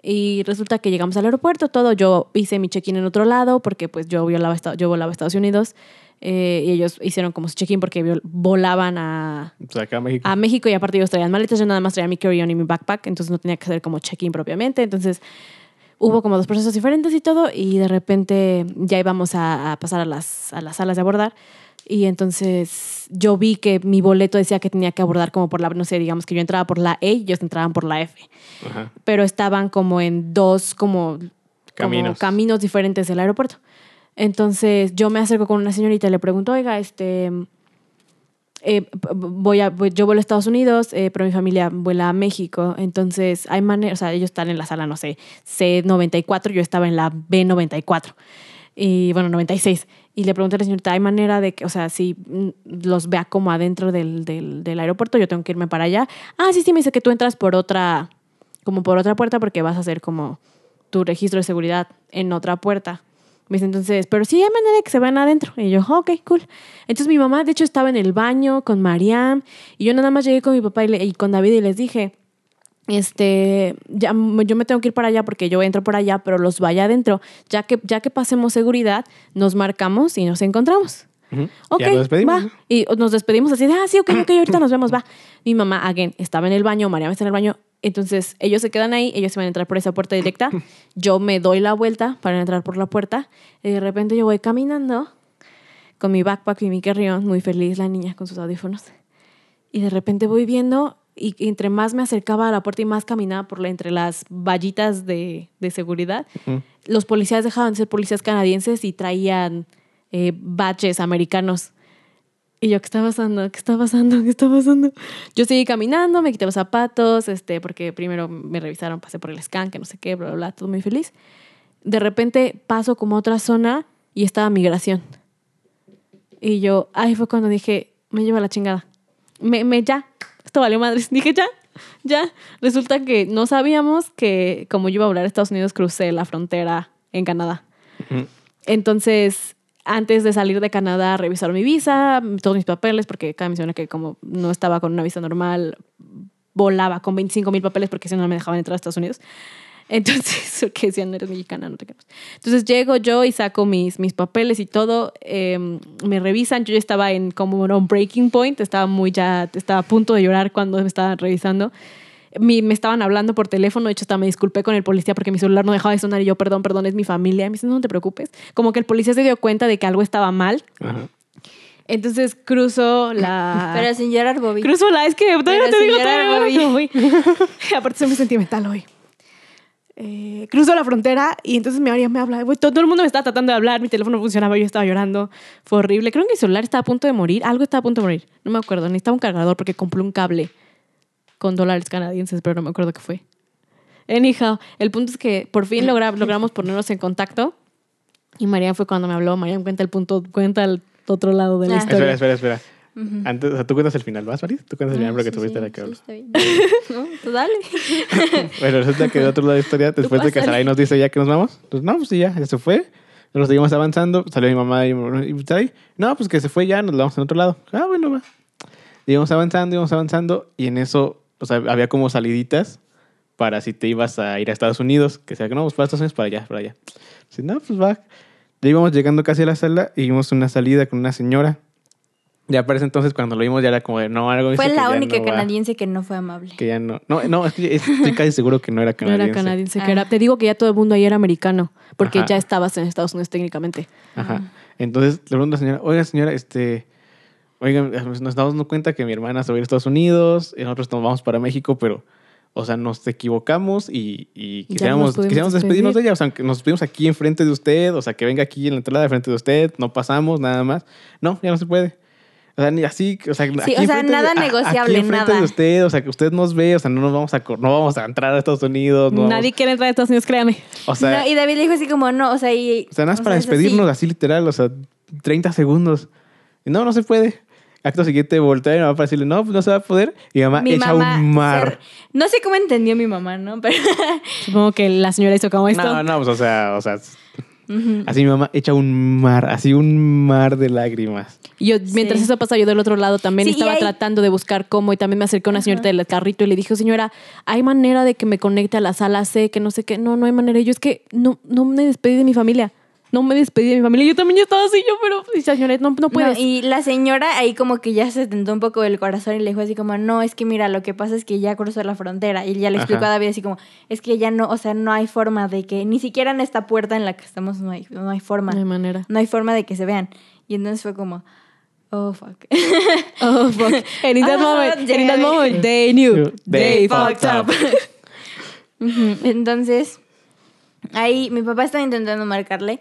Y resulta que llegamos al aeropuerto, todo. Yo hice mi check-in en otro lado porque pues yo volaba, a Estados- yo volaba a Estados Unidos. eh, y ellos hicieron como su check-in porque viol- volaban a,
O sea, acá a
Ah.
México.
a México y aparte ellos traían maletas, yo nada más traía mi carry-on y mi backpack, entonces no tenía que hacer como check-in propiamente, entonces hubo como dos procesos diferentes y todo y de repente ya íbamos a, a pasar a las, a las salas de abordar y entonces yo vi que mi boleto decía que tenía que abordar como por la, no sé, digamos que yo entraba por la E y ellos entraban por la F,
Ajá.
pero estaban como en dos como como
Caminos.
caminos diferentes del aeropuerto. Entonces yo me acerco con una señorita y le pregunto, oiga, este, eh, p- voy a, voy- yo vuelo a Estados Unidos, eh, pero mi familia vuela a México. Entonces hay manera, o sea, ellos están en la sala, no sé, C94, yo estaba en la B94. Y bueno, 96. Y le pregunté a la señorita, ¿hay manera de que, o sea, si mm, los vea como adentro del, del, del aeropuerto, yo tengo que irme para allá? Ah, sí, sí, me dice que tú entras por otra, como por otra puerta porque vas a hacer como tu registro de seguridad en otra puerta. Me dice, entonces, pero sí hay manera de que se vean adentro. Y yo, "Ah, ok, cool. Entonces mi mamá, de hecho, estaba en el baño con Mariam y yo nada más llegué con mi papá y, le- y con David y les dije, este, ya, m- yo me tengo que ir para allá porque yo entro por allá, pero los vaya adentro. Ya que, ya que pasemos seguridad, nos marcamos y nos encontramos.
Ujú.
Ok,
ya nos despedimos.
va.
¿no?
Y nos despedimos así de, ah, sí, ok, ok, ahorita nos vemos, va. Mi mamá, again, estaba en el baño, Mariam está en el baño. Entonces, ellos se quedan ahí, ellos se van a entrar por esa puerta directa. Yo me doy la vuelta para entrar por la puerta. Y de repente yo voy caminando con mi backpack y mi carrión, muy feliz la niña con sus audífonos. Y de repente voy viendo y y entre más me acercaba a la puerta y más caminaba por la, entre las vallitas de, de seguridad,
Ujú.
los policías dejaban de ser policías canadienses y traían eh, badges americanos. Y yo, ¿qué está pasando? ¿Qué está pasando? ¿Qué está pasando? Yo seguí caminando, me quité los zapatos, este, porque primero me revisaron, pasé por el scan, que no sé qué, bla, bla, bla, todo muy feliz. De repente paso como a otra zona y estaba migración. Y yo, ahí fue cuando dije, me lleva la chingada. Me, me, ya, esto valió madres. Dije, ya, ya. Resulta que no sabíamos que como yo iba a volar a Estados Unidos, crucé la frontera en Canadá.
Ujú.
Entonces, antes de salir de Canadá, revisaron mi visa, todos mis papeles, porque cada menciona que como no estaba con una visa normal, volaba con 25 mil papeles porque si no no me dejaban entrar a Estados Unidos. Entonces, porque decían, no eres mexicana, no te queremos. Entonces llego yo y saco mis, mis papeles y todo, eh, me revisan, yo ya estaba en como en un breaking point, estaba muy ya, estaba a punto de llorar cuando me estaban revisando. Mi- me estaban hablando por teléfono, de hecho hasta me disculpé con el policía porque mi celular no dejaba de sonar y yo, perdón, perdón, es mi familia. Me dicen, no, no te preocupes. Como que el policía se dio cuenta de que algo estaba mal.
Ajá.
Entonces cruzo la...
Pero sin llorar, Bobby.
Cruzo la, es que todavía no
Pero
te digo
señora
todavía no voy. Aparte soy muy sentimental hoy. Eh, cruzo la frontera y entonces mi María me habla. Güey, todo, todo el mundo me estaba tratando de hablar, mi teléfono no funcionaba, yo estaba llorando. Fue horrible. Creo que mi celular estaba a punto de morir, algo estaba a punto de morir. No me acuerdo, necesitaba un cargador porque compré un cable con dólares canadienses, pero no me acuerdo qué fue. Anyhow, el punto es que por fin logra- logramos ponernos en contacto y María fue cuando me habló. María cuenta el punto, cuenta el otro lado de la
Ah.
historia.
Espera, espera, espera.
Ujú. Ah,
Antes, o sea, tú cuentas el final, ¿vas, Maris? Tú cuentas el final porque
Sí,
tuviste
sí,
la que
sí,
habla.
está bien. No, tú dale.
Bueno, resulta que de otro lado de la historia, después de que
pásale.
Sarai nos dice ya que nos vamos, pues no, pues sí, ya, ya se fue. Nos seguimos avanzando, salió mi mamá y, y Sarai, no, pues que se fue ya, nos vamos en otro lado. Ah, bueno, va. Y íbamos avanzando, íbamos avanzando, y en eso, o sea, había como saliditas para si te ibas a ir a Estados Unidos, que sea que no, pues para Estados Unidos, para allá, para allá. Si no, pues va. Ya íbamos llegando casi a la sala y vimos una salida con una señora. Ya parece entonces cuando lo vimos ya era como de, no, algo dice
Fue
que
la
ya
única
no va,
canadiense que no fue amable.
Que ya no. No, no, es que estoy casi seguro que no era ¿eh?
No
canadiense.
era canadiense, que
Ah.
era- te digo que ya todo el mundo ahí era americano, porque
Ajá.
ya estabas en Estados Unidos técnicamente.
Ajá. Entonces le pregunto a la señora, oiga señora, este, oiga, pues, nos estamos dando cuenta que mi hermana se va a ir a Estados Unidos, y nosotros nos vamos para México, pero, o sea, nos equivocamos y, y
Ya
quisiéramos,
nos pudimos
quisiéramos despedirnos de
despedir.
ella, o sea, que nos despedimos aquí enfrente de usted, o sea, que venga aquí en la entrada de frente de usted, no pasamos, nada más. No, ya no se puede. O sea, ni así, o sea,
o sea,
enfrente
nada
a-
negociable,
aquí enfrente
nada.
de usted, o sea, que usted nos ve, o sea, no nos vamos a, cor- no vamos a entrar a Estados Unidos, no
Nadie quiere entrar a Estados Unidos, créame.
vamos- o sea,
No, y David le dijo así como, no, o sea, y...
o sea, nada más
o
para
sea, es así.
despedirnos así literal, o sea, 30 segundos. Y No, no se puede. Acto siguiente, voltea a mi mamá para decirle, no, pues no se va a poder. Y mi mamá
Mi
echa
mamá
un mar.
se- No sé cómo entendió mi mamá, ¿no? Pero...
Supongo que la señora hizo como esto.
No, no, pues o sea, o sea,
Ujú.
así mi mamá echa un mar, así un mar de lágrimas.
Y Yo, mientras
Sí.
eso pasaba, yo del otro lado también
Sí, y
estaba
ahí-
tratando de buscar cómo y también me acerqué a una señorita del carrito y le dije, señora, ¿hay manera de que me conecte a la sala C, que no sé qué? No, no hay manera. Y yo es que no, no me despedí de mi familia. no me despedí de mi familia. Yo también yo estaba así, yo, pero y señores, no, no puedes.
No, y la señora ahí como que ya se tentó un poco el corazón y le dijo así como, no, es que mira, lo que pasa es que ya cruzó la frontera. Y ya le explicó
Ajá.
a David así como, es que ya no, o sea, no hay forma de que, ni siquiera en esta puerta en la que estamos no hay, no hay forma.
No hay manera.
No hay forma de que se vean. Y entonces fue como, oh, fuck.
Oh, fuck. And in that
Oh,
moment, and in that
damn it.
moment, they knew. They
They
fucked
fucked
up.
up.
Ujú, Entonces, ahí mi papá estaba intentando marcarle,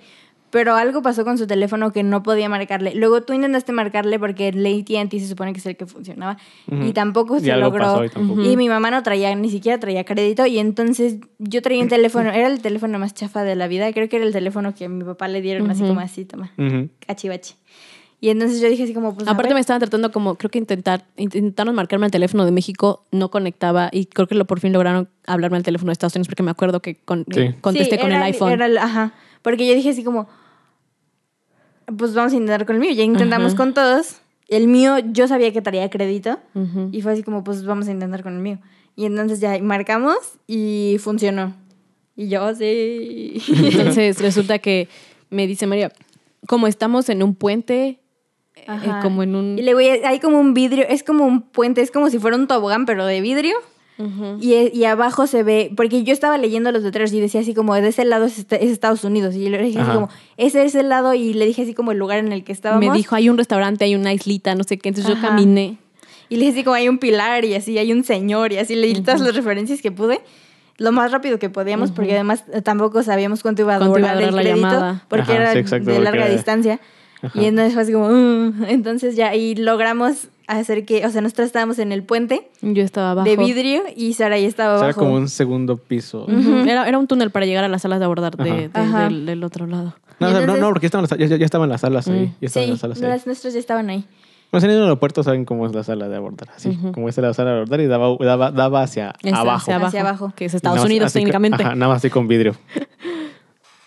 pero algo pasó con su teléfono que no podía marcarle. Luego tú intentaste marcarle porque el AT&T se supone que es el que funcionaba
Ujú.
y tampoco
Y
se
algo
logró.
pasó y tampoco.
Y mi mamá no traía, ni siquiera traía crédito y entonces yo traía un teléfono, era el teléfono más chafa de la vida, creo que era el teléfono que a mi papá le dieron así
Ujú.
como así, toma,
Ujú.
cachivache. Y entonces yo dije así como, pues a
Aparte
ver.
me estaban tratando como, creo que intentar, intentaron marcarme al teléfono de México, no conectaba y creo que lo por fin lograron hablarme al teléfono de Estados Unidos porque me acuerdo que con-
Sí.
contesté
Sí,
con el
era-
iPhone.
era el- ajá. Porque yo dije así como, pues vamos a intentar con el mío. Ya intentamos
Ajá.
con todos. El mío, yo sabía que traía crédito.
Ujú.
Y fue así como, pues vamos a intentar con el mío. Y entonces ya marcamos y funcionó. Y yo, "Oh, sí.
Entonces resulta que me dice María, como estamos en un puente, eh,
Ajá.
como en un...
Y le voy, hay como un vidrio, es como un puente, es como si fuera un tobogán, pero de vidrio.
Ujú.
Y, e, y abajo se ve, porque yo estaba leyendo los letreros y decía así como, de ese lado es, est- es Estados Unidos. Y yo le dije así
Ajá.
como, ese es el lado. Y le dije así como el lugar en el que estábamos.
Me dijo, hay un restaurante, hay una islita, no sé qué. Entonces yo
Ajá.
caminé.
Y le dije así como, hay un pilar y así, hay un señor y así. Leí todas las referencias que pude. Lo más rápido que podíamos, porque además eh, tampoco sabíamos cuánto iba a
Cuánto
durar,
iba a durar
el
la
crédito,
llamada.
porque
Ajá,
era
sí, exacto,
de
porque
larga
era-
distancia.
Ajá.
Y entonces fue así como, "Mm". entonces ya, y logramos hacer que, o sea, nosotros estábamos en el puente
Yo estaba abajo.
de vidrio y Sara ya estaba
O sea,
abajo.
era como un segundo piso.
Ujú. era, era un túnel para llegar a las salas de abordar de-
Ajá.
de-
Ajá.
del, del otro lado.
No,
Y
o sea, no,
entonces-
no, porque ya estaban las, ya, ya- ya estaban las salas ahí.
Mm.
Ya estaban
Sí,
las salas ahí.
las nuestras ya estaban ahí.
Cuando se han ido al aeropuerto saben cómo es la sala de abordar. Así,
Ujú.
como esa era la sala de abordar y daba, daba, daba hacia
Es
abajo.
Este, Hacia abajo.
Hacia abajo.
Que es
Y nada
Estados
más
Unidos
así con-
técnicamente.
Ajá, nada más así con vidrio.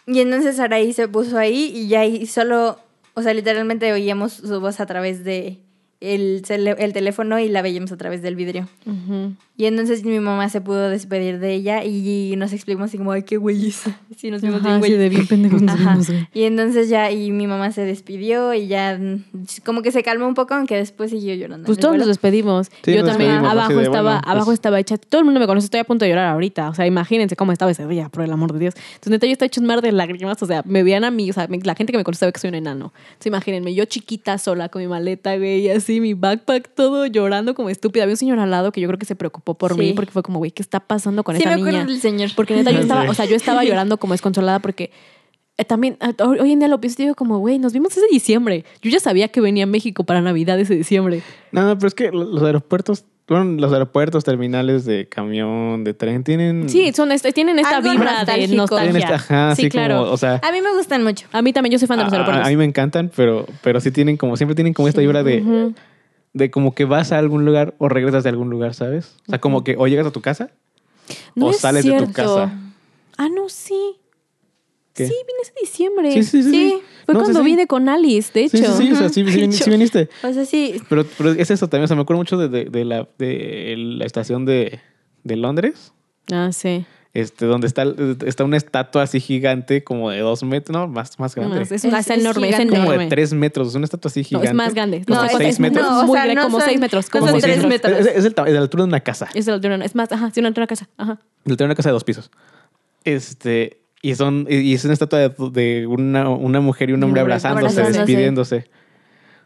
Y entonces Saraí se puso ahí y ya ahí solo, o sea, literalmente oíamos su voz a través de el, cele- el teléfono y la veíamos a través del vidrio.
Ujú.
Y entonces mi mamá se pudo despedir de ella y nos explicamos así como, ay, qué güeyes. Sí, nos vimos
Ajá,
bien
sí, de
güeyes.
bien pendejos nos
Ajá.
vimos, güey.
Y entonces ya, y mi mamá se despidió y ya mm, como que se calmó un poco, aunque después siguió llorando.
Pues
en el
todos nos
vuelo.
despedimos.
Sí,
yo
nos
también
despedimos,
abajo
así de,
estaba,
bueno, pues-
abajo estaba hecha. Todo el mundo me conoce, estoy a punto de llorar ahorita. O sea, imagínense cómo estaba ese día, por el amor de Dios. Entonces, neta, yo estaba hecho un mar de lágrimas. O sea, me veían a mí, o sea, me- la gente que me conoce sabe que soy un enano. Entonces, imagínense, yo chiquita sola con mi maleta, güey, y así, mi backpack, todo llorando como estúpida. Había un señor al lado que yo creo que se preocupó por
Sí.
mí porque fue como, güey, ¿qué está pasando con
Sí,
esa
me acuerdo
niña?
del señor.
Porque neta, yo
Sí.
estaba, o sea, yo estaba llorando como desconsolada porque eh, también ah, hoy hoy en día lo pienso y digo como, güey, nos vimos ese diciembre. Yo ya sabía que venía a México para Navidad ese diciembre.
No, pero es que lo- los aeropuertos, bueno, los aeropuertos, terminales de camión, de tren, tienen.
Sí, son este- tienen esta
Algo
vibra de
nostálgico.
Mm. tienen
nostalgia.
esta- ajá,
sí,
sí,
claro.
como, o sea,
A mí me gustan mucho.
a mí también, yo soy fan de los
a- a-
aeropuertos.
a mí me encantan, pero, pero sí tienen como, siempre tienen como esta vibra de,
Ujú.
de como que vas a algún lugar o regresas de algún lugar, ¿sabes? O sea, como que o llegas a tu casa
No
o
es
sales de tu
cierto.
casa.
Ah, no, sí.
¿Qué?
Sí, vine ese diciembre.
Sí, sí, sí, sí.
Fue
No, sí,
cuando
sí.
vine con Alice, de hecho.
Sí, sí, sí, o sea, sí, sí,
De
sí
hecho.
viniste.
O sea, sí,
Pero, pero es eso también, o sea, me acuerdo mucho de, de- de la, de la estación de, de Londres,
Ah, sí.
este, donde está, está una estatua así gigante, como de dos metros, no, más, más grande.
No, es, es,
Es-
es enorme, es,
es gigante.
enorme.
como de tres metros, es una estatua así
No,
gigante.
es más grande.
Como
No, es-
seis
es-
metros.
No, es muy
o sea,
grande,
no
como
son-
seis metros.
no
Como
son
seis
tres
metros.
metros.
Es, es el, tama- de la altura de una casa.
Es de la altura, es más, ajá, sí, una altura de casa. Ajá.
Le tengo una casa de dos pisos. Este, y son, y y es una estatua de, de una, una mujer y
Y
un
un
hombre
hombre
abrazándose,
abrazándose.
despidiéndose.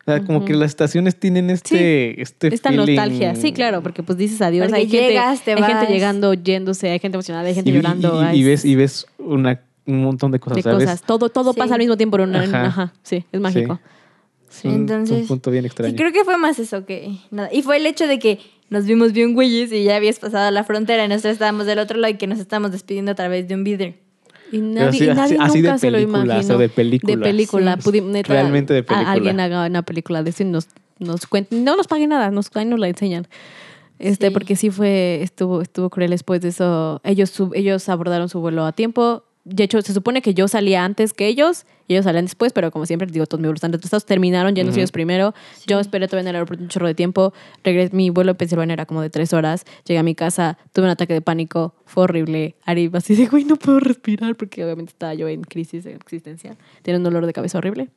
O sea, como que las estaciones tienen este, este
Esta
feeling.
nostalgia. Sí, claro, porque pues dices adiós.
Porque
hay gente,
llegas, te
hay gente
vas.
llegando, yéndose, hay gente emocionada, hay gente
y, y-
llorando.
y- y
hay-
ves, y ves una, un montón de cosas,
de
¿sabes?
cosas. Todo, todo
Sí.
pasa al mismo tiempo en una. en- Ajá.
Ajá.
Sí, es mágico.
Es un- es
Entonces,
un punto bien extraño.
Sí, creo que fue más eso que nada. Y fue el hecho de que nos vimos bien güeyes y ya habías pasado la frontera y nosotros estábamos del otro lado y que nos estábamos despidiendo a través de un vidrio.
Y nadie,
así-
y nadie
así- así de
nunca se lo
película,
imaginó.
o sea, de película.
De película.
Sí.
Pudi- neta,
Realmente de
a-
película.
alguien haga una película de eso y nos, nos cuenten. No nos pague nada, nos, ahí nos la enseñan. Este,
Sí.
porque sí fue, estuvo, estuvo cruel después de eso. Ellos, sub- ellos abordaron su vuelo a tiempo. de hecho, se supone que yo salía antes que ellos y ellos salían después, pero como siempre, digo, todos mis vuelos están retrasados. Terminaron yéndose
Ujú.
ellos primero. Yo esperé todavía en el aeropuerto un chorro de tiempo. Regresé, mi vuelo en Pensilvania era como de tres horas. Llegué a mi casa, tuve un ataque de pánico, fue horrible. Ari así de, güey, no puedo respirar porque obviamente estaba yo en crisis existencial. Tiene un dolor de cabeza horrible.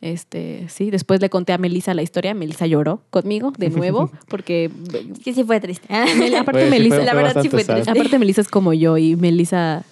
Este, sí, después le conté a Melissa la historia. Melissa lloró conmigo de nuevo porque
Es que sí fue triste.
Mel- aparte
Güey, sí
Melissa,
fue-
la
fue
verdad sí
bastante
fue
sad.
triste.
Aparte, Melissa es como yo y Melissa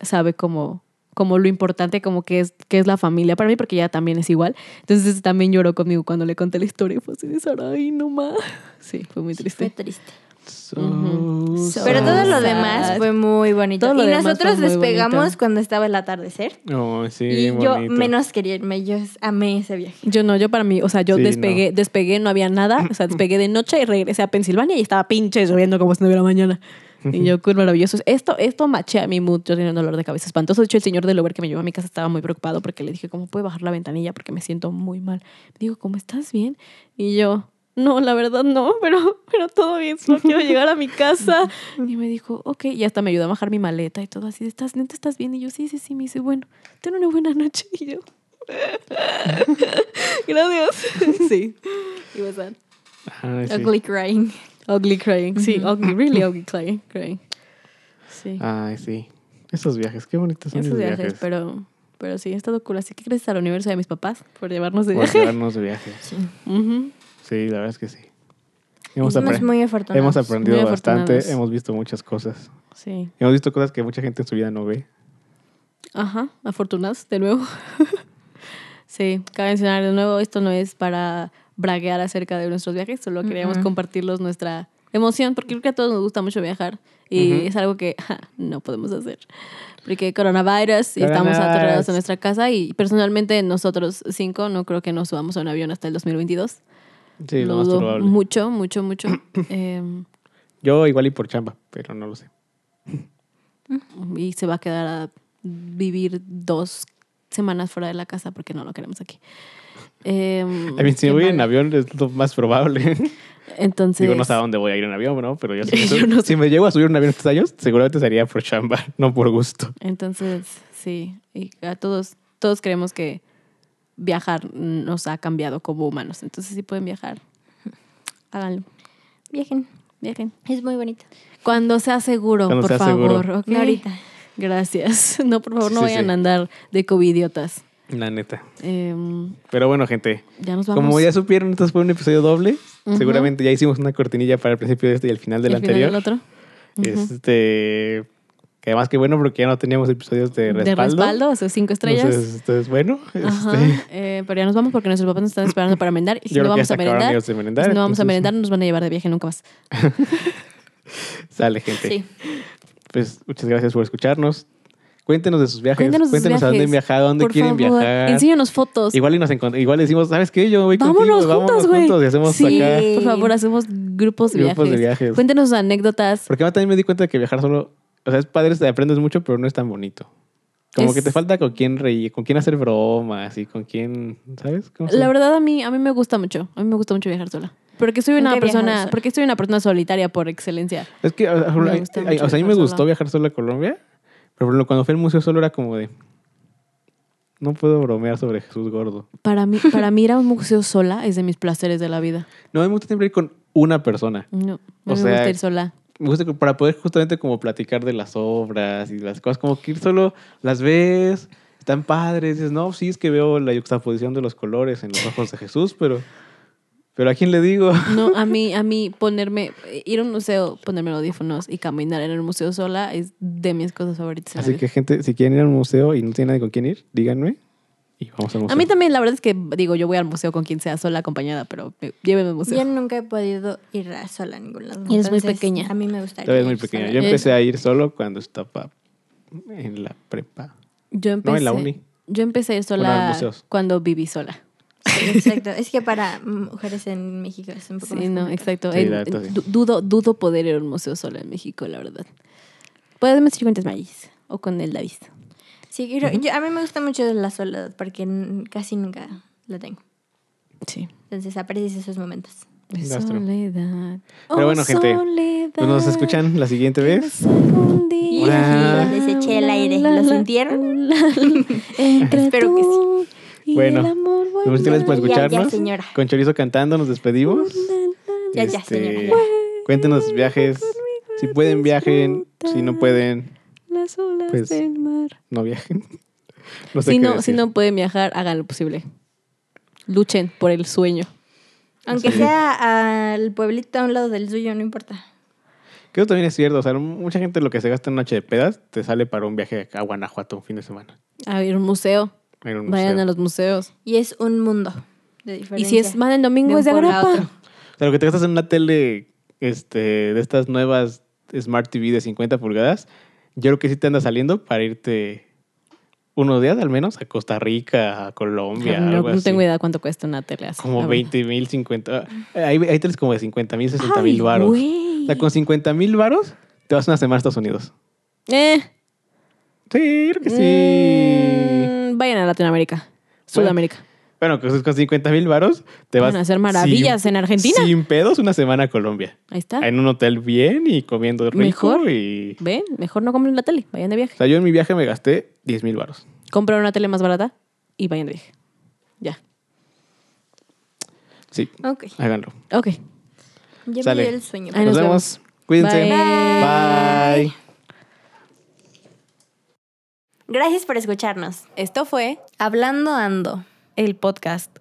sabe como, como lo importante como que es, que es la familia para mí, porque ella también es igual. Entonces también lloró conmigo cuando le conté la historia. y Fue así de Saray, no más. Sí, fue muy
Fue
triste.
triste.
So
Ujú.
sad.
Pero todo lo
sad.
demás fue muy bonito.
Todo lo
y
demás fue
nosotros
muy
despegamos
bonito.
cuando estaba el atardecer.
Oh, sí,
y
bien
yo
bonito.
menos quería irme. Yo amé ese viaje.
Yo no, yo para mí, o sea, yo
Sí,
despegué, despegué, no había nada, o sea, despegué de noche y regresé a Pensilvania y estaba pinche lloviendo como si no hubiera mañana. Y yo, cool, maravilloso. Esto, esto machea mi mood. Yo tenía un dolor de cabeza espantoso. De hecho, el señor del Uber que me llevó a mi casa estaba muy preocupado porque le dije, ¿cómo puede bajar la ventanilla? Porque me siento muy mal. Me dijo, ¿cómo estás bien? Y yo, no, la verdad no, pero, pero todo bien, solo quiero llegar a mi casa. Y me dijo, ok, y hasta me ayudó a bajar mi maleta y todo así. de, ¿Estás, neta, estás bien? Y yo, sí, sí, sí. Me dice, bueno, ten una buena noche. Y yo, Gracias. Sí. It was that.
Ay, sí.
Ugly crying.
Ugly crying. Sí, ugly, really ugly crying. crying. Sí.
Ay, sí. Esos viajes, qué bonitos Ah, son
Esos
esos
viajes,
viajes.
pero, pero sí, he estado cool. Así que gracias al universo de mis papás por llevarnos de
Por
viaje.
llevarnos de viaje.
Ujú.
Sí, la verdad es que sí. Hemos,
Somos
apre-
muy afortunados.
hemos aprendido
Muy afortunados.
bastante, hemos visto muchas cosas.
Sí.
Hemos visto cosas que mucha gente en su vida no ve.
Ajá, afortunados, de nuevo. sí, cabe mencionar de nuevo, esto no es para braguear acerca de nuestros viajes, solo queríamos
Ujú.
compartirlos nuestra emoción, porque creo que a todos nos gusta mucho viajar y
Ujú.
es algo que ja, no podemos hacer. Porque coronavirus y estamos
Coronavirus.
aterrados en nuestra casa y personalmente nosotros cinco no creo que nos subamos a un avión hasta el 2022.
Sí, lo,
Lo
más
dudo
probable.
mucho, mucho, mucho. Eh,
Yo igual y por chamba, pero no lo sé.
y se va a quedar a vivir dos semanas fuera de la casa porque no lo queremos aquí. Eh,
A mí, si
qué
voy en
mal.
avión es lo más probable.
Entonces,
Digo, no sé a dónde voy a ir en avión, ¿no? Pero yo, si, me,
Yo
sub-
no sé.
si me llego a subir un avión estos años, seguramente sería por chamba, no por gusto.
entonces, sí, y a todos, todos creemos que viajar nos ha cambiado como humanos. Entonces, si pueden viajar, háganlo,
Viajen.
viajen.
Es muy bonito.
Cuando sea seguro,
Cuando
por
sea
favor.
seguro.
¿ok?
No ahorita.
Gracias. No, por favor, no
Sí,
vayan
sí.
a andar de covidiotas.
La neta.
Eh,
Pero bueno, gente,
ya nos Pues vamos.
como ya supieron, entonces fue un episodio doble.
Ujú.
Seguramente ya hicimos una cortinilla para el principio de este y el final del
Al final
anterior.
del otro. Ujú.
Este. Que además, que bueno, porque ya no teníamos episodios de respaldo.
De respaldo, o sea, cinco estrellas.
Entonces, entonces, bueno.
Ajá,
Este,
eh, pero ya nos vamos porque nuestros papás nos están esperando para merendar. Y si
yo
no
creo que ya
vamos
se
a
acabaron
merendar, pues,
ellos de merendar.
si no vamos a
entonces,
merendar, nos van a llevar de viaje nunca más.
Sale, gente.
Sí.
Pues muchas gracias por escucharnos. Cuéntenos de sus viajes.
Cuéntanos de
Cuéntenos,
sus
a dónde han
viajes,
viajado, a dónde
Por
quieren
favor,
viajar.
Enséñanos fotos.
Igual y nos encont- igual decimos, ¿sabes qué? Yo voy
vámonos
contigo,
juntas, güey.
juntos y hacemos
sí,
acá.
por favor, hacemos grupos de
Grupos
viajes.
de viajes.
Cuéntenos sus anécdotas.
Porque además también me di cuenta de que viajar solo, o sea, es padre, te aprendes mucho, pero no es tan bonito. Como
Es-
que te falta con quién reír, con quién hacer bromas y con quién, ¿sabes? ¿Cómo se-
La verdad a mí a mí me gusta mucho. A mí me gusta mucho viajar sola. Porque soy una
Nunca he viajado
persona,
sola.
porque soy una persona solitaria por excelencia.
Es que, o sea,
Me
ay-
gusta
ay-
mucho
o sea, a mí
viajar
me gustó
sola.
viajar solo a Colombia, pero por ejemplo, cuando fui al museo solo era como de, no puedo bromear sobre Jesús gordo.
Para mí para mí ir a un museo sola es de mis placeres de la vida.
No, me gusta siempre ir con una persona.
No, a mí
O
me
sea,
gusta ir sola.
Me gusta que- para poder justamente como platicar de las obras y las cosas, como que ir solo las ves, están padres, dices, no, sí es que veo la yuxtaposición de los colores en los ojos de Jesús, pero, pero ¿a quién le digo?
No, a mí, a mí ponerme, eh, ir a un museo, ponerme audífonos y caminar en el museo sola es de mis cosas favoritas. en la
Así
vida.
que gente, si quieren ir al museo y no tienen nadie con quién ir, díganme y vamos al museo.
a mí también, la verdad es que digo, yo voy al museo con quien sea sola acompañada, pero me- llévenme al museo.
Yo nunca he podido ir a sola a ningún lado.
Eres muy
entonces,
pequeña.
A mí me gustaría.
Todavía es muy
ir
pequeño.
sola.
Yo
Eh.
empecé a ir solo cuando estaba en la prepa.
Yo empecé,
No, en la uni.
Yo empecé a ir
Bueno, a
sola
museos.
cuando viví sola.
Sí, Exacto. Es que para mujeres en México es un poco
Sí,
más
no,
complicado.
exacto.
Sí,
En-
la neta, sí.
du- dudo, dudo poder ir a un museo sola en México, la verdad. Podemos ir con Maris o con el David.
Sí, creo- yo- a mí me gusta mucho la soledad porque n- casi nunca la tengo.
Sí.
Entonces aprecias esos momentos.
Es
Gastro.
soledad. Oh,
Pero bueno, gente, Pues nos escuchan la siguiente vez.
Y
Hola.
les eché el aire. ¿Lo sintieron? Espero que sí.
sí.
Bueno,
bueno,
Muchas gracias por
Ya, ya,
escucharnos.
señora.
Con Chorizo cantando, nos despedimos. Este,
Ya, ya, señora, ya.
Cuéntenos sus viajes. Si pueden, viajen. Si no pueden,
Las olas
pues,
del mar.
no viajen. No sé
si,
qué
no, si
decir.
no pueden viajar, hagan lo posible. Luchen por el sueño.
Aunque
Sí.
sea al pueblito a un lado del suyo, no importa.
Que eso también es cierto. O sea, mucha gente lo que se gasta en noche de pedas te sale para un viaje a Guanajuato un fin de semana.
A ver, un museo.
a ir a un
Vayan
museo.
a los museos.
Y es un mundo de
Y
diferencia.
si es van el
de
domingo
un
es de
pueblo a
agrapa.
otro.
O sea, lo que te gastas en una tele este, de estas nuevas Smart TV de 50 pulgadas, yo creo que sí te anda saliendo para irte unos días al menos a Costa Rica, a Colombia,
No,
algo
no tengo
así.
idea cuánto cuesta una tele así. la
Como
verdad.
20 mil, 50. ah, Hay, hay teles como de 50 mil, 60
Ay,
mil varos. O
güey.
sea, con 50 mil varos te vas una semana a Estados Unidos.
Eh.
Sí, creo que sí.
Mm, vayan a Latinoamérica. Sudamérica.
Bueno, con con 50 mil varos te vas.
Van a hacer maravillas
sin-
en Argentina.
Sin pedos, una semana a Colombia.
Ahí está.
En un hotel bien y comiendo rico.
Mejor.
Y...
Ven, mejor no compren la tele, vayan de
O
viaje.
sea, yo en mi viaje me gasté 10 mil baros.
Compren una tele más barata y vayan de viaje. Ya.
Sí,
Ok.
háganlo.
Ok.
Ya me
Sale.
dio el sueño.
Ay,
nos,
nos
vemos. Cuídense.
Bye.
Bye.
Gracias por escucharnos.
Esto fue
Hablando Ando.
el podcast